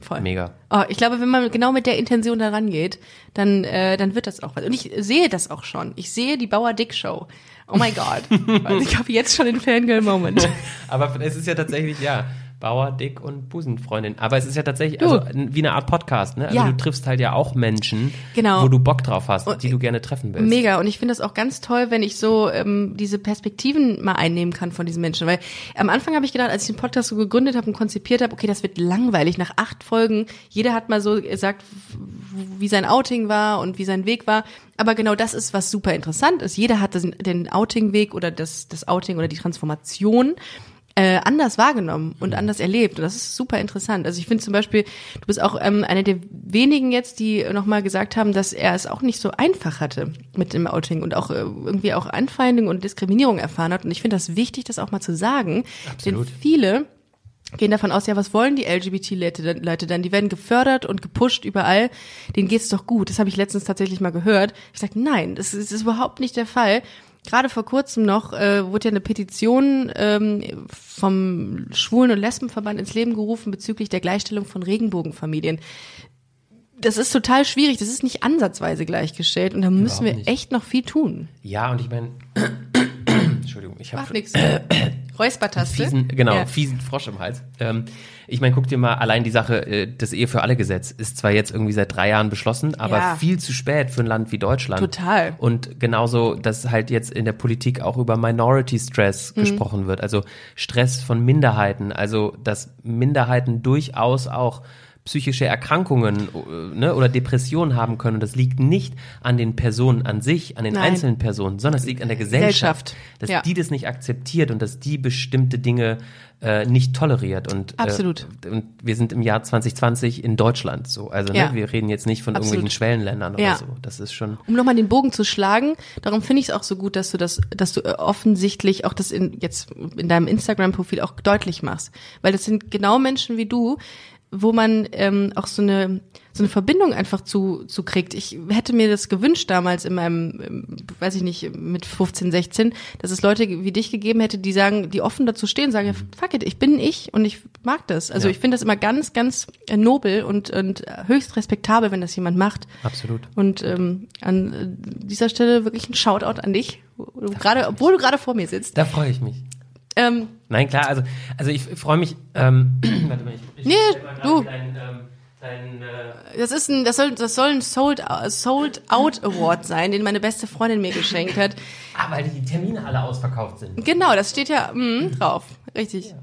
Speaker 2: Voll.
Speaker 3: Mhm. Mega.
Speaker 2: Oh, ich glaube, wenn man genau mit der Intention da rangeht, dann, äh, dann wird das auch was. Und ich sehe das auch schon. Ich sehe die Bauer Dick Show. Oh my God. also ich habe jetzt schon den Fangirl-Moment.
Speaker 3: Aber es ist ja tatsächlich, ja, Bauer, Dick und Busenfreundin. Aber es ist ja tatsächlich also, n- wie eine Art Podcast, ne? Also
Speaker 2: Ja.
Speaker 3: du triffst halt ja auch Menschen,
Speaker 2: Genau.
Speaker 3: wo du Bock drauf hast, die du gerne treffen willst.
Speaker 2: Mega. Und ich finde das auch ganz toll, wenn ich so ähm, diese Perspektiven mal einnehmen kann von diesen Menschen. Weil am Anfang habe ich gedacht, als ich den Podcast so gegründet habe und konzipiert habe, okay, das wird langweilig. Nach acht Folgen, jeder hat mal so gesagt, w- wie sein Outing war und wie sein Weg war. Aber genau das ist, was super interessant ist. Jeder hat das, den Outing-Weg oder das, das Outing oder die Transformation äh, anders wahrgenommen und anders erlebt. Und das ist super interessant. Also ich finde zum Beispiel, du bist auch ähm, einer der wenigen jetzt, die nochmal gesagt haben, dass er es auch nicht so einfach hatte mit dem Outing und auch äh, irgendwie auch Anfeindung und Diskriminierung erfahren hat. Und ich finde das wichtig, das auch mal zu sagen.
Speaker 3: Absolut.
Speaker 2: Denn viele gehen davon aus, ja, was wollen die LGBT-Leute denn- Leute denn? Die werden gefördert und gepusht überall. Denen geht's doch gut. Das habe ich letztens tatsächlich mal gehört. Ich sage, nein, das ist, ist überhaupt nicht der Fall. Gerade vor kurzem noch äh, wurde ja eine Petition ähm, vom Schwulen- und Lesbenverband ins Leben gerufen bezüglich der Gleichstellung von Regenbogenfamilien. Das ist total schwierig. Das ist nicht ansatzweise gleichgestellt und da müssen wir echt noch viel tun.
Speaker 3: Ja, und ich meine, <clears throat> Entschuldigung, ich habe
Speaker 2: Macht nichts.
Speaker 3: <clears throat>
Speaker 2: Räuspertaste.
Speaker 3: fiesen, genau,
Speaker 2: Ja.
Speaker 3: fiesen Frosch im Hals. Ähm, ich meine, guck dir mal allein die Sache, äh, das Ehe für alle Gesetz ist zwar jetzt irgendwie seit drei Jahren beschlossen, aber
Speaker 2: Ja.
Speaker 3: viel zu spät für ein Land wie Deutschland.
Speaker 2: Total.
Speaker 3: Und genauso, dass halt jetzt in der Politik auch über Minority Stress
Speaker 2: Mhm.
Speaker 3: gesprochen wird, also Stress von Minderheiten, also dass Minderheiten durchaus auch psychische Erkrankungen äh, ne, oder Depressionen haben können. Und das liegt nicht an den Personen an sich, an den
Speaker 2: Nein. Äh,
Speaker 3: einzelnen Personen, sondern es liegt an der Gesellschaft,
Speaker 2: Gesellschaft,
Speaker 3: dass
Speaker 2: ja.
Speaker 3: die das nicht akzeptiert und dass die bestimmte Dinge äh, nicht toleriert. Und,
Speaker 2: Absolut.
Speaker 3: Äh, und wir sind im Jahr 2020 in Deutschland so. Also
Speaker 2: Ja.
Speaker 3: ne, wir reden jetzt nicht von
Speaker 2: Absolut.
Speaker 3: irgendwelchen Schwellenländern
Speaker 2: Ja.
Speaker 3: oder so. Das ist schon.
Speaker 2: um nochmal den Bogen zu schlagen, darum finde ich es auch so gut, dass du das, dass du äh, offensichtlich auch das in, jetzt in deinem Instagram-Profil auch deutlich machst. Weil das sind genau Menschen wie du, wo man ähm, auch so eine, so eine Verbindung einfach zu, zu kriegt. Ich hätte mir das gewünscht damals in meinem, ähm, weiß ich nicht, mit 15, 16, dass es Leute wie dich gegeben hätte, die sagen, die offen dazu stehen, sagen, ja, fuck it, ich bin ich und ich mag das. Also
Speaker 3: Ja.
Speaker 2: ich finde das immer ganz, ganz äh, nobel und, und äh, höchst respektabel, wenn das jemand macht.
Speaker 3: Absolut.
Speaker 2: Und ähm, an äh, dieser Stelle wirklich ein Shoutout an dich, wo du gerade, obwohl du gerade vor mir sitzt.
Speaker 3: Da freue ich mich.
Speaker 2: Ähm,
Speaker 3: Nein, klar, also, also ich freue mich. Ähm, <clears throat> warte mal, ich, ich
Speaker 2: Nee,
Speaker 3: stell mal gerade
Speaker 2: du.
Speaker 3: deinen, ähm, Ein, äh,
Speaker 2: Das ist ein, das soll, das soll ein Sold, Sold Out Award sein, den meine beste Freundin mir geschenkt hat.
Speaker 3: ah, weil die Termine alle ausverkauft sind.
Speaker 2: Genau, das steht ja mm, drauf. Richtig.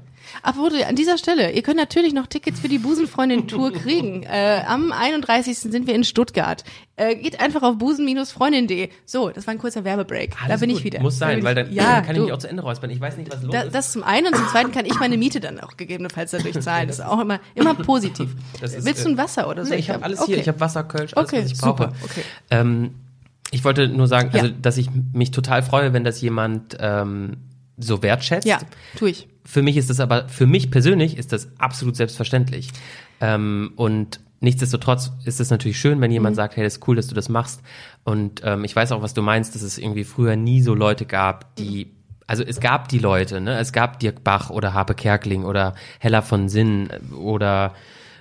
Speaker 2: Apropos, an dieser Stelle, ihr könnt natürlich noch Tickets für die
Speaker 3: <laughs>
Speaker 2: Busenfreundin-Tour kriegen. Äh, am 31. sind wir in Stuttgart. Äh, geht einfach auf busen-freundin.de. So, das war ein kurzer Werbebreak. da
Speaker 3: Alles
Speaker 2: bin
Speaker 3: gut.
Speaker 2: ich wieder.
Speaker 3: Muss
Speaker 2: Da bin
Speaker 3: sein,
Speaker 2: ich-
Speaker 3: weil dann
Speaker 2: ja,
Speaker 3: kann ich
Speaker 2: du,
Speaker 3: mich auch zu Ende räuspern. Ich weiß nicht, was los
Speaker 2: da,
Speaker 3: ist.
Speaker 2: das zum einen und zum zweiten kann ich meine Miete dann auch gegebenenfalls dadurch zahlen. Das ist auch immer, immer positiv.
Speaker 3: Das ist,
Speaker 2: Willst du
Speaker 3: äh,
Speaker 2: ein Wasser oder so?
Speaker 3: Nee, ich habe
Speaker 2: hab-
Speaker 3: alles
Speaker 2: okay.
Speaker 3: hier. Ich habe Wasser, Kölsch, alles,
Speaker 2: Okay,
Speaker 3: was ich brauche.
Speaker 2: super. Okay.
Speaker 3: Ähm, ich wollte nur sagen,
Speaker 2: Ja.
Speaker 3: also, dass ich mich total freue, wenn das jemand ähm, so wertschätzt.
Speaker 2: Ja, tue ich.
Speaker 3: Für mich ist das aber, für mich persönlich ist das absolut selbstverständlich. Ähm, und nichtsdestotrotz ist es natürlich schön, wenn
Speaker 2: Mhm.
Speaker 3: jemand sagt, hey, das ist cool, dass du das machst. Und ähm, ich weiß auch, was du meinst, dass es irgendwie früher nie so Leute gab,
Speaker 2: Mhm.
Speaker 3: die also es gab die Leute, ne? Es gab Dirk Bach oder Harpe Kerkling oder Hella von Sinn oder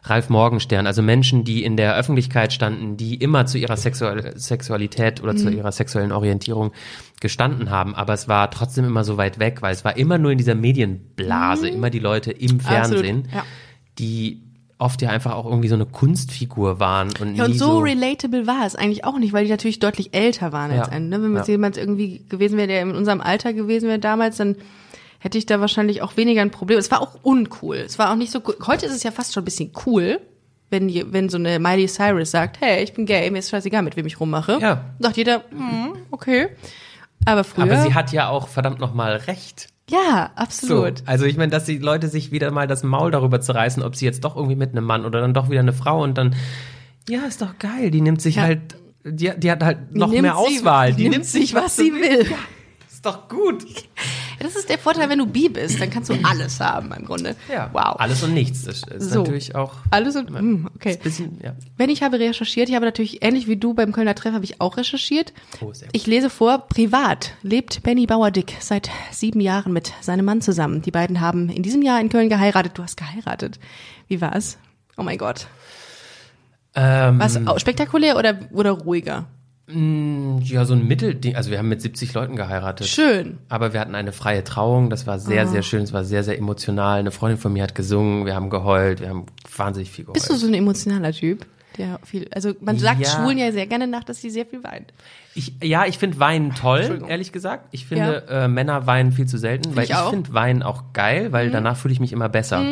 Speaker 3: Ralf Morgenstern, also Menschen, die in der Öffentlichkeit standen, die immer zu ihrer Sexual Sexualität oder
Speaker 2: Mhm.
Speaker 3: zu ihrer sexuellen Orientierung gestanden haben, aber es war trotzdem immer so weit weg, weil es war immer nur in dieser Medienblase, immer die Leute im
Speaker 2: Mhm. Absolut,
Speaker 3: Fernsehen,
Speaker 2: ja.
Speaker 3: die oft ja einfach auch irgendwie so eine Kunstfigur waren und,
Speaker 2: Ja, und
Speaker 3: nie
Speaker 2: so
Speaker 3: so
Speaker 2: relatable war es eigentlich auch nicht, weil die natürlich deutlich älter waren als
Speaker 3: Ja.
Speaker 2: ein. Ne? Wenn jetzt
Speaker 3: Ja.
Speaker 2: jemand irgendwie gewesen wäre, der in unserem Alter gewesen wäre damals, dann hätte ich da wahrscheinlich auch weniger ein Problem. Es war auch uncool. Es war auch nicht so cool. Heute ist es ja fast schon ein bisschen cool, wenn, je- wenn so eine Miley Cyrus sagt, hey, ich bin gay, mir ist scheißegal, mit wem ich rummache.
Speaker 3: Ja.
Speaker 2: Sagt jeder, hm, okay. Aber früher.
Speaker 3: aber sie hat ja auch verdammt nochmal recht.
Speaker 2: ja,
Speaker 3: So,
Speaker 2: absolut.
Speaker 3: also ich meine, dass die Leute sich wieder mal das Maul darüber zerreißen, ob sie jetzt doch irgendwie mit einem Mann oder dann doch wieder eine Frau und dann, ja, ist doch geil, die nimmt sich
Speaker 2: Ja.
Speaker 3: halt, die, die hat halt noch
Speaker 2: nimmt
Speaker 3: mehr
Speaker 2: sie-
Speaker 3: Auswahl,
Speaker 2: die nimmt sich, was sie will.
Speaker 3: Ja, ist doch gut.
Speaker 2: Das ist der Vorteil, wenn du bi bist, dann kannst du alles haben im Grunde.
Speaker 3: Ja,
Speaker 2: Wow.
Speaker 3: Alles und nichts, das ist
Speaker 2: So.
Speaker 3: natürlich auch
Speaker 2: Alles und, hm, okay.
Speaker 3: ein bisschen, ja.
Speaker 2: Wenn ich habe recherchiert, ich habe natürlich ähnlich wie du beim Kölner Treff habe ich auch recherchiert.
Speaker 3: Oh, sehr gut.
Speaker 2: Ich lese vor, privat lebt Benny Bauer-Dick seit sieben Jahren mit seinem Mann zusammen. Die beiden haben in diesem Jahr in Köln geheiratet. Du hast geheiratet. Wie war es? Oh mein Gott.
Speaker 3: Ähm,
Speaker 2: War es au- spektakulär oder, oder ruhiger?
Speaker 3: ja, so ein Mittelding, also wir haben mit 70 Leuten geheiratet.
Speaker 2: Schön.
Speaker 3: Aber wir hatten eine freie Trauung, das war sehr,
Speaker 2: Ah.
Speaker 3: sehr schön, es war sehr, sehr emotional. Eine Freundin von mir hat gesungen, wir haben geheult, wir haben wahnsinnig viel geheult.
Speaker 2: Bist du so ein emotionaler Typ? Der viel, also man sagt
Speaker 3: Ja.
Speaker 2: Schwulen ja sehr gerne nach, dass sie sehr viel weinen.
Speaker 3: Ich, ja, ich finde Wein toll, ehrlich gesagt. Ich finde äh, Männer weinen viel zu selten, weil
Speaker 2: ich
Speaker 3: ich,
Speaker 2: auch. Mhm.
Speaker 3: finde Wein auch geil, weil danach fühle ich mich immer besser.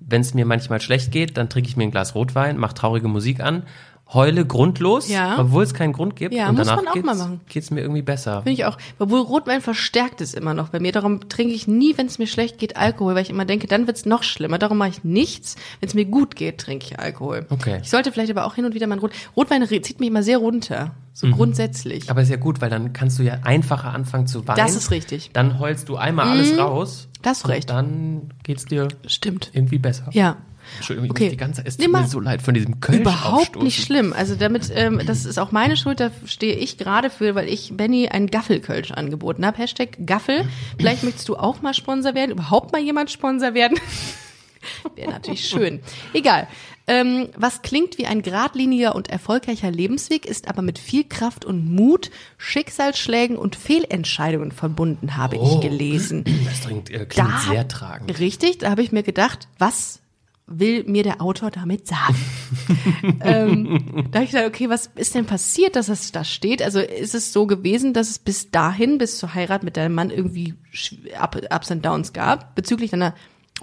Speaker 3: Wenn es mir manchmal schlecht geht, dann trinke ich mir ein Glas Rotwein, mache traurige Musik an, heule grundlos,
Speaker 2: Ja.
Speaker 3: obwohl es keinen Grund gibt.
Speaker 2: Ja,
Speaker 3: und
Speaker 2: muss
Speaker 3: danach
Speaker 2: man auch
Speaker 3: geht's,
Speaker 2: mal machen.
Speaker 3: geht's mir irgendwie besser.
Speaker 2: Finde ich auch. Obwohl Rotwein verstärkt es immer noch bei mir. Darum trinke ich nie, wenn es mir schlecht geht, Alkohol, weil ich immer denke, dann wird es noch schlimmer. Darum mache ich nichts. Wenn es mir gut geht, trinke ich Alkohol.
Speaker 3: Okay.
Speaker 2: Ich sollte vielleicht aber auch hin und wieder mal ein Rot. Rotwein re- zieht mich immer sehr runter. So grundsätzlich.
Speaker 3: Mhm. Aber ist ja gut, weil dann kannst du ja einfacher anfangen zu weinen.
Speaker 2: Das ist richtig.
Speaker 3: Dann heulst du einmal
Speaker 2: Mhm.
Speaker 3: alles raus.
Speaker 2: Da hast du
Speaker 3: und
Speaker 2: recht.
Speaker 3: Dann geht's dir
Speaker 2: Stimmt.
Speaker 3: irgendwie besser.
Speaker 2: Ja.
Speaker 3: Entschuldigung,
Speaker 2: Okay.
Speaker 3: okay. die ganze Es
Speaker 2: Nee,
Speaker 3: tut
Speaker 2: mach-
Speaker 3: mir so leid von diesem Kölsch
Speaker 2: Überhaupt
Speaker 3: aufstoßen.
Speaker 2: nicht schlimm. Also damit, ähm, das ist auch meine Schuld, da stehe ich gerade für, weil ich Benny einen Gaffelkölsch angeboten habe. Hashtag Gaffel. Vielleicht möchtest du auch mal Sponsor werden, überhaupt mal jemand Sponsor werden. <laughs> Wäre natürlich schön. Egal. Ähm, was klingt wie ein geradliniger und erfolgreicher Lebensweg, ist aber mit viel Kraft und Mut, Schicksalsschlägen und Fehlentscheidungen verbunden, habe
Speaker 3: Oh.
Speaker 2: ich gelesen.
Speaker 3: Das klingt, äh, klingt sehr tragend.
Speaker 2: Richtig, da habe ich mir gedacht, was will mir der Autor damit sagen?
Speaker 3: <laughs>
Speaker 2: ähm, da habe ich gedacht, okay, was ist denn passiert, dass es da steht? Also ist es so gewesen, dass es bis dahin, bis zur Heirat mit deinem Mann irgendwie Sch- Up- Ups and Downs gab, bezüglich deiner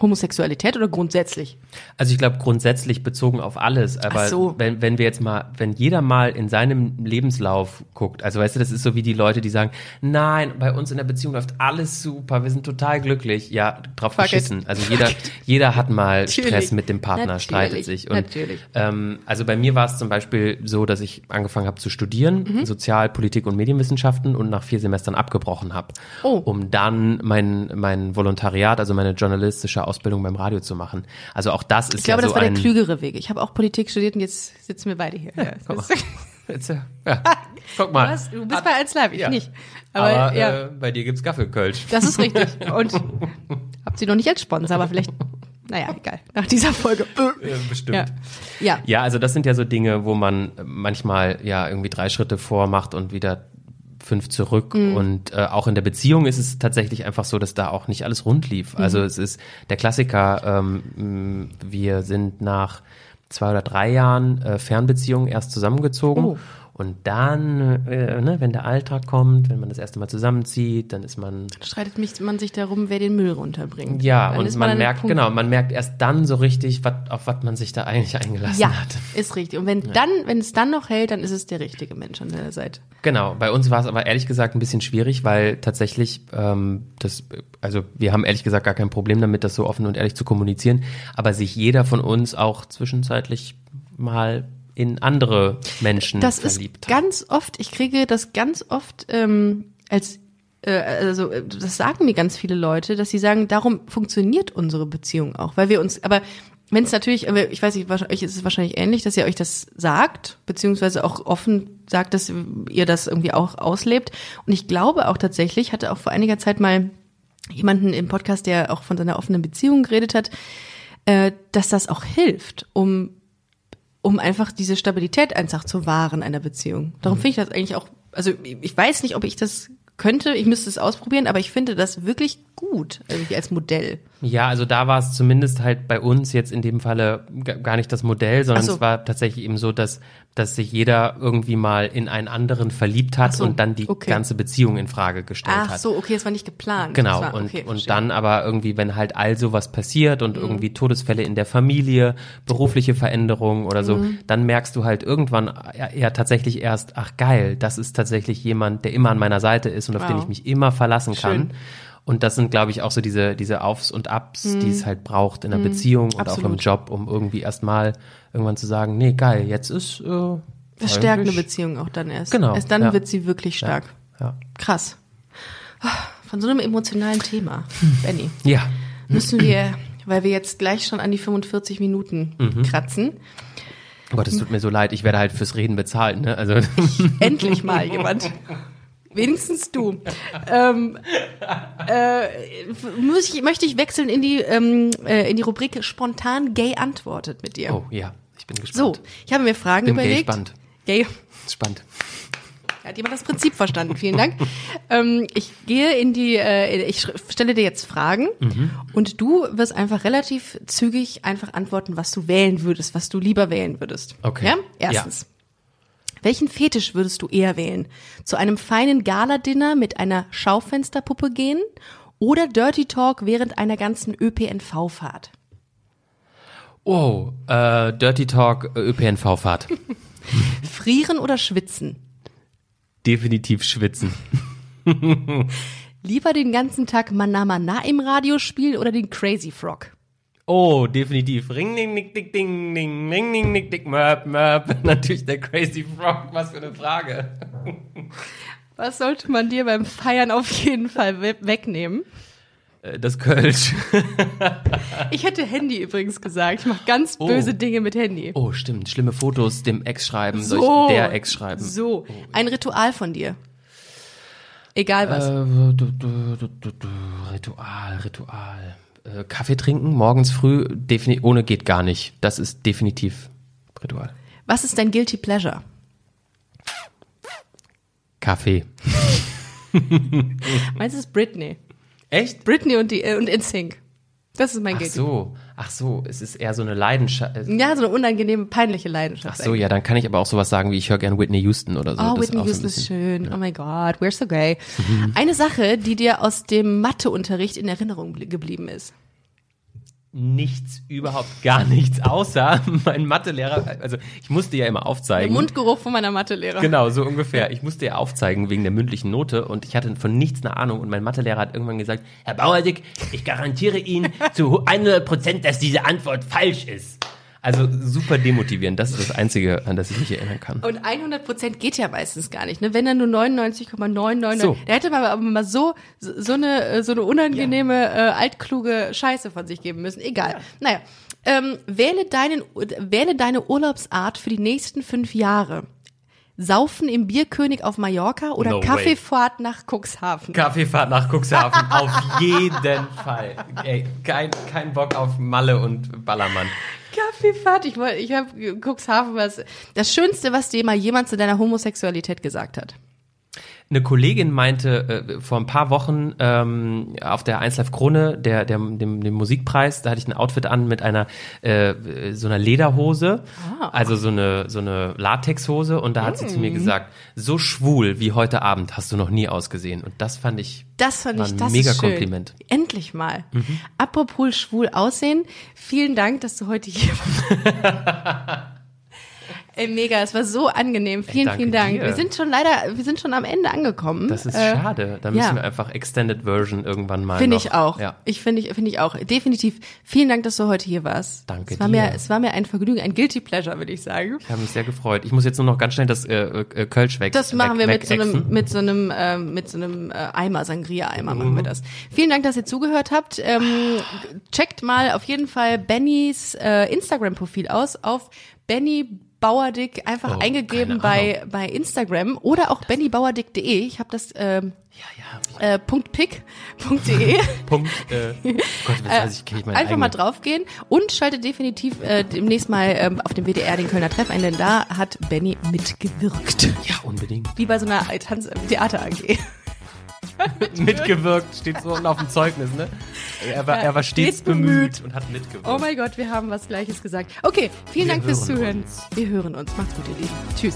Speaker 2: Homosexualität oder grundsätzlich?
Speaker 3: Also ich glaube grundsätzlich bezogen auf alles,
Speaker 2: Ach
Speaker 3: aber
Speaker 2: so.
Speaker 3: wenn, wenn wir jetzt mal, wenn jeder mal in seinem Lebenslauf guckt, also weißt du, das ist so wie die Leute, die sagen, nein, bei uns in der Beziehung läuft alles super, wir sind total glücklich. Ja, drauf
Speaker 2: Fuck it.
Speaker 3: geschissen. Also jeder, jeder hat mal
Speaker 2: Natürlich.
Speaker 3: Stress mit dem Partner,
Speaker 2: Natürlich.
Speaker 3: streitet sich. Und,
Speaker 2: Natürlich.
Speaker 3: Ähm, also bei mir war es zum Beispiel so, dass ich angefangen habe zu studieren,
Speaker 2: Mhm.
Speaker 3: Sozialpolitik und Medienwissenschaften und nach vier Semestern abgebrochen habe,
Speaker 2: Oh.
Speaker 3: um dann mein, mein Volontariat, also meine journalistische Ausbildung beim Radio zu machen. Also auch das ist
Speaker 2: Ich glaube,
Speaker 3: ja so
Speaker 2: das war der
Speaker 3: ein
Speaker 2: klügere Weg. Ich habe auch Politik studiert und jetzt sitzen wir beide hier. Ja,
Speaker 3: guck mal.
Speaker 2: das-
Speaker 3: Jetzt, ja. Ja. Guck mal.
Speaker 2: <laughs> Was? Du bist bei 1 Live, ich
Speaker 3: Ja.
Speaker 2: nicht. Aber,
Speaker 3: aber
Speaker 2: ja.
Speaker 3: äh, bei dir gibt's Gaffelkölsch.
Speaker 2: Das ist richtig. Und habt sie noch nicht als Sponsor, aber vielleicht, naja, egal. Nach dieser Folge.
Speaker 3: Äh, bestimmt.
Speaker 2: Ja. ja.
Speaker 3: Ja, also das sind ja so Dinge, wo man äh, manchmal ja irgendwie drei Schritte vormacht und wieder fünf zurück.
Speaker 2: Mhm.
Speaker 3: Und äh, auch in der Beziehung ist es tatsächlich einfach so, dass da auch nicht
Speaker 2: Mhm.
Speaker 3: alles rund lief. Also es ist der Klassiker, ähm, mh, wir sind nach zwei oder drei Jahren äh, Fernbeziehung erst zusammengezogen.
Speaker 2: Oh.
Speaker 3: Und dann, äh, ne, wenn der Alltag kommt, wenn man das erste Mal zusammenzieht, dann ist man
Speaker 2: Streitet mich, man sich darum, wer den Müll runterbringt.
Speaker 3: ja
Speaker 2: Dann
Speaker 3: und
Speaker 2: ist
Speaker 3: man,
Speaker 2: an dem
Speaker 3: merkt
Speaker 2: Punkt-
Speaker 3: genau, man merkt erst dann so richtig, wat, auf was man sich da eigentlich eingelassen
Speaker 2: Ja,
Speaker 3: hat.
Speaker 2: ist richtig. Und wenn dann, wenn es dann noch hält, dann ist es der richtige Mensch an deiner Seite.
Speaker 3: Genau, bei uns war es aber ehrlich gesagt ein bisschen schwierig, weil tatsächlich ähm, das, also wir haben ehrlich gesagt gar kein Problem damit, das so offen und ehrlich zu kommunizieren, aber sich jeder von uns auch zwischenzeitlich mal in andere Menschen
Speaker 2: Das
Speaker 3: verliebt
Speaker 2: ist
Speaker 3: hat.
Speaker 2: ganz oft, ich kriege das ganz oft ähm, als, äh, also äh, das sagen mir ganz viele Leute, dass sie sagen, darum funktioniert unsere Beziehung auch, weil wir uns, aber wenn es natürlich, aber ich weiß nicht, wahrscheinlich- euch ist es wahrscheinlich ähnlich, dass ihr euch das sagt, beziehungsweise auch offen sagt, dass ihr das irgendwie auch auslebt. Und ich glaube auch tatsächlich, hatte auch vor einiger Zeit mal jemanden im Podcast, der auch von seiner offenen Beziehung geredet hat, äh, dass das auch hilft, um um einfach diese Stabilität einfach zu wahren einer Beziehung.
Speaker 3: Mhm.
Speaker 2: Darum finde ich das eigentlich auch, also ich weiß nicht, ob ich das könnte, ich müsste es ausprobieren, aber ich finde das wirklich gut, irgendwie als Modell.
Speaker 3: Ja, also da war es zumindest halt bei uns jetzt in dem Falle g- gar nicht das Modell, sondern
Speaker 2: Ach so.
Speaker 3: es war tatsächlich eben so, dass, dass sich jeder irgendwie mal in einen anderen verliebt hat
Speaker 2: Ach so,
Speaker 3: und dann die
Speaker 2: okay.
Speaker 3: ganze Beziehung in Frage gestellt
Speaker 2: Ach
Speaker 3: hat.
Speaker 2: so, okay, das war nicht geplant.
Speaker 3: Genau,
Speaker 2: das war,
Speaker 3: und,
Speaker 2: okay,
Speaker 3: und
Speaker 2: verstehe. Mhm.
Speaker 3: dann aber irgendwie, wenn halt all sowas passiert und irgendwie Todesfälle in der Familie, berufliche Veränderungen oder so,
Speaker 2: Mhm.
Speaker 3: dann merkst du halt irgendwann ja, ja tatsächlich erst, ach geil, das ist tatsächlich jemand, der immer an meiner Seite ist und auf den
Speaker 2: Wow.
Speaker 3: ich mich immer verlassen
Speaker 2: Schön.
Speaker 3: kann. Und das sind, glaube ich, auch so diese, diese Aufs und Abs, die es halt braucht in einer Beziehung und auch im
Speaker 2: Mhm. Absolut.
Speaker 3: Job, um irgendwie erstmal irgendwann zu sagen, nee, geil, jetzt ist äh,
Speaker 2: Das stärkt eine
Speaker 3: eigentlich-
Speaker 2: Beziehung auch dann erst.
Speaker 3: Genau,
Speaker 2: Erst dann
Speaker 3: ja.
Speaker 2: wird sie wirklich stark.
Speaker 3: Ja.
Speaker 2: Krass. Ah, Von so einem emotionalen Thema,
Speaker 3: Hm.
Speaker 2: Benny.
Speaker 3: ja.
Speaker 2: Müssen wir, weil wir jetzt gleich schon an die 45 Minuten
Speaker 3: Mhm.
Speaker 2: kratzen,
Speaker 3: Oh Gott, es tut mir so leid, ich werde halt fürs Reden bezahlt, ne? Also
Speaker 2: Endlich
Speaker 3: <laughs>
Speaker 2: mal jemand. Wenigstens du. Ähm, äh, f- muss ich, möchte ich wechseln in die, ähm, äh, in die Rubrik Spontan Gay antwortet mit dir.
Speaker 3: Oh ja, ich bin
Speaker 2: so,
Speaker 3: gespannt.
Speaker 2: ich habe mir Fragen
Speaker 3: Bin gay
Speaker 2: überlegt.
Speaker 3: gespannt.
Speaker 2: Gay.
Speaker 3: Spannend.
Speaker 2: Hat jemand das Prinzip verstanden? Vielen
Speaker 3: <laughs>
Speaker 2: Dank. ähm, ich gehe in die, äh, ich sch- stelle dir jetzt Fragen
Speaker 3: Mhm.
Speaker 2: und du wirst einfach relativ zügig einfach antworten, was du wählen würdest, was du lieber wählen würdest.
Speaker 3: Okay.
Speaker 2: Ja?
Speaker 3: Ja.
Speaker 2: Erstens. Welchen Fetisch würdest du eher wählen? Zu einem feinen Gala-Dinner mit einer Schaufensterpuppe gehen oder Dirty Talk während einer ganzen ÖPNV-Fahrt?
Speaker 3: Oh, äh, Dirty Talk äh, ÖPNV-Fahrt.
Speaker 2: Frieren oder schwitzen?
Speaker 3: <laughs> Definitiv schwitzen.
Speaker 2: Lieber den ganzen Tag Manamana im Radio spielen oder den Crazy Frog?
Speaker 3: Oh, definitiv. Ring, ding, nick, dick, ding, ding, ring, ding, nick, dick, möp, möp. <laughs> Natürlich der Crazy Frog, was für eine Frage.
Speaker 2: Was sollte man dir beim Feiern auf jeden Fall we wegnehmen?
Speaker 3: Äh, Das Kölsch.
Speaker 2: Ich hätte Handy übrigens gesagt. Ich mache ganz böse Dinge mit Handy.
Speaker 3: <laughs> Oh, stimmt. Schlimme Fotos dem Ex schreiben,
Speaker 2: So.
Speaker 3: durch der Ex schreiben.
Speaker 2: So, ein Ritual von dir. Egal was.
Speaker 3: Äh, du, du, du, du, du, Ritual, Ritual. Äh, Kaffee trinken morgens früh, defini- ohne geht gar nicht. Das ist definitiv Ritual.
Speaker 2: Was ist dein Guilty Pleasure?
Speaker 3: Kaffee.
Speaker 2: Meins ist Britney.
Speaker 3: Echt?
Speaker 2: Britney und, die, äh, und NSYNC. Das ist mein
Speaker 3: Ach
Speaker 2: Guilty.
Speaker 3: so, ach so, es ist eher so eine Leidenschaft. äh,
Speaker 2: Ja, so eine unangenehme, peinliche Leidenschaft.
Speaker 3: Ach so, ja, dann kann ich aber auch sowas sagen wie ich höre gern Whitney Houston oder so.
Speaker 2: Oh,
Speaker 3: Das
Speaker 2: Whitney
Speaker 3: auch so ein
Speaker 2: Houston ist
Speaker 3: bisschen- Mhm.
Speaker 2: schön. Oh mein Gott, we're so gay. Eine Sache, die dir aus dem Matheunterricht in Erinnerung bl- geblieben ist.
Speaker 3: Nichts, überhaupt gar nichts, außer <laughs> mein Mathelehrer, also ich musste ja immer
Speaker 2: Der
Speaker 3: aufzeigen.
Speaker 2: Mundgeruch von meiner Mathelehrer.
Speaker 3: Genau, so ungefähr. Ich musste ja aufzeigen wegen der mündlichen Note und ich hatte von nichts eine Ahnung und mein Mathelehrer hat irgendwann gesagt, Herr Bauerdick, ich garantiere Ihnen zu 100 Prozent, dass diese Antwort falsch ist. Also super demotivierend, das ist das Einzige, an das ich mich erinnern kann.
Speaker 2: Und 100% geht ja meistens gar nicht, ne? Wenn dann nur 99,999.
Speaker 3: So.
Speaker 2: Da hätte man aber mal so so so eine äh, so eine unangenehme äh, altkluge Scheiße von sich geben müssen. Egal. Naja, ähm, wähle deinen wähle deine Urlaubsart für die nächsten fünf Jahre. Saufen im Bierkönig auf Mallorca oder
Speaker 3: No way.
Speaker 2: Kaffeefahrt nach Cuxhaven.
Speaker 3: Kaffeefahrt nach
Speaker 2: <laughs>
Speaker 3: Cuxhaven, auf jeden Fall. Ey, kein, kein Bock auf Malle und Ballermann.
Speaker 2: Kaffeefahrt. Ich wollte, ich habe Cuxhaven was. Das Schönste, was dir mal jemand zu deiner Homosexualität gesagt hat.
Speaker 3: Eine Kollegin meinte äh, vor ein paar Wochen ähm, auf der 1 Live Krone, der, der, dem, dem Musikpreis, da hatte ich ein Outfit an mit einer äh, so einer Lederhose,
Speaker 2: Ah.
Speaker 3: also so eine, so eine Latexhose und da hat sie zu
Speaker 2: Mhm.
Speaker 3: mir gesagt, so schwul wie heute Abend hast du noch nie ausgesehen und das fand ich
Speaker 2: Das fand
Speaker 3: war
Speaker 2: ich
Speaker 3: ein
Speaker 2: das
Speaker 3: mega
Speaker 2: ist schön.
Speaker 3: Kompliment. Mhm.
Speaker 2: Endlich mal. Apropos schwul aussehen, vielen Dank, dass du heute hier warst.
Speaker 3: <laughs>
Speaker 2: Ey, mega, es war so angenehm. Vielen,
Speaker 3: danke
Speaker 2: vielen Dank.
Speaker 3: dir.
Speaker 2: Wir sind schon leider, wir sind schon am Ende angekommen.
Speaker 3: Das ist
Speaker 2: Äh,
Speaker 3: schade. Da
Speaker 2: ja.
Speaker 3: müssen wir einfach Extended Version irgendwann mal
Speaker 2: Finde
Speaker 3: noch-
Speaker 2: ich auch.
Speaker 3: Ja.
Speaker 2: Ich finde ich, finde ich auch. Definitiv. Vielen Dank, dass du heute hier warst.
Speaker 3: Danke
Speaker 2: es war
Speaker 3: dir.
Speaker 2: Mir, es war mir ein Vergnügen, ein guilty pleasure, würde ich sagen.
Speaker 3: Ich habe mich sehr gefreut. Ich muss jetzt nur noch ganz schnell das äh, äh, Kölsch weg.
Speaker 2: Das machen wir
Speaker 3: weg,
Speaker 2: mit so einem,
Speaker 3: wegexen.
Speaker 2: mit so einem, ähm, mit so einem äh, Eimer, Sangria-Eimer machen wir
Speaker 3: Mhm.
Speaker 2: das. Vielen Dank, dass ihr zugehört habt. Ähm, checkt mal auf jeden Fall Bennys äh, Instagram-Profil aus auf Benny Bauerdick einfach
Speaker 3: Oh,
Speaker 2: eingegeben
Speaker 3: keine
Speaker 2: bei, bei Instagram oder auch bennybauerdick.de. Ich habe das ähm,
Speaker 3: Ja,
Speaker 2: äh,
Speaker 3: <laughs>
Speaker 2: .pick.de.
Speaker 3: ja. Punkt.
Speaker 2: <laughs>
Speaker 3: Äh, oh Gott, was weiß ich, krieg ich meine
Speaker 2: Äh, Einfach mal
Speaker 3: eigene-
Speaker 2: draufgehen und schaltet definitiv äh, demnächst mal ähm, auf dem WDR den Kölner Treff ein, denn da hat Benny mitgewirkt.
Speaker 3: Ja, unbedingt.
Speaker 2: Wie bei so einer Tanz Theater AG.
Speaker 3: Mitgewirkt steht so unten auf dem Zeugnis, ne? Er war, er war stets
Speaker 2: Stets
Speaker 3: bemüht
Speaker 2: bemüht.
Speaker 3: und hat mitgewirkt.
Speaker 2: Oh mein Gott, wir haben was Gleiches gesagt. Okay, vielen
Speaker 3: Wir
Speaker 2: Dank fürs
Speaker 3: hören
Speaker 2: Zuhören.
Speaker 3: uns.
Speaker 2: Wir hören uns. Macht's gut, ihr Lieben. Tschüss.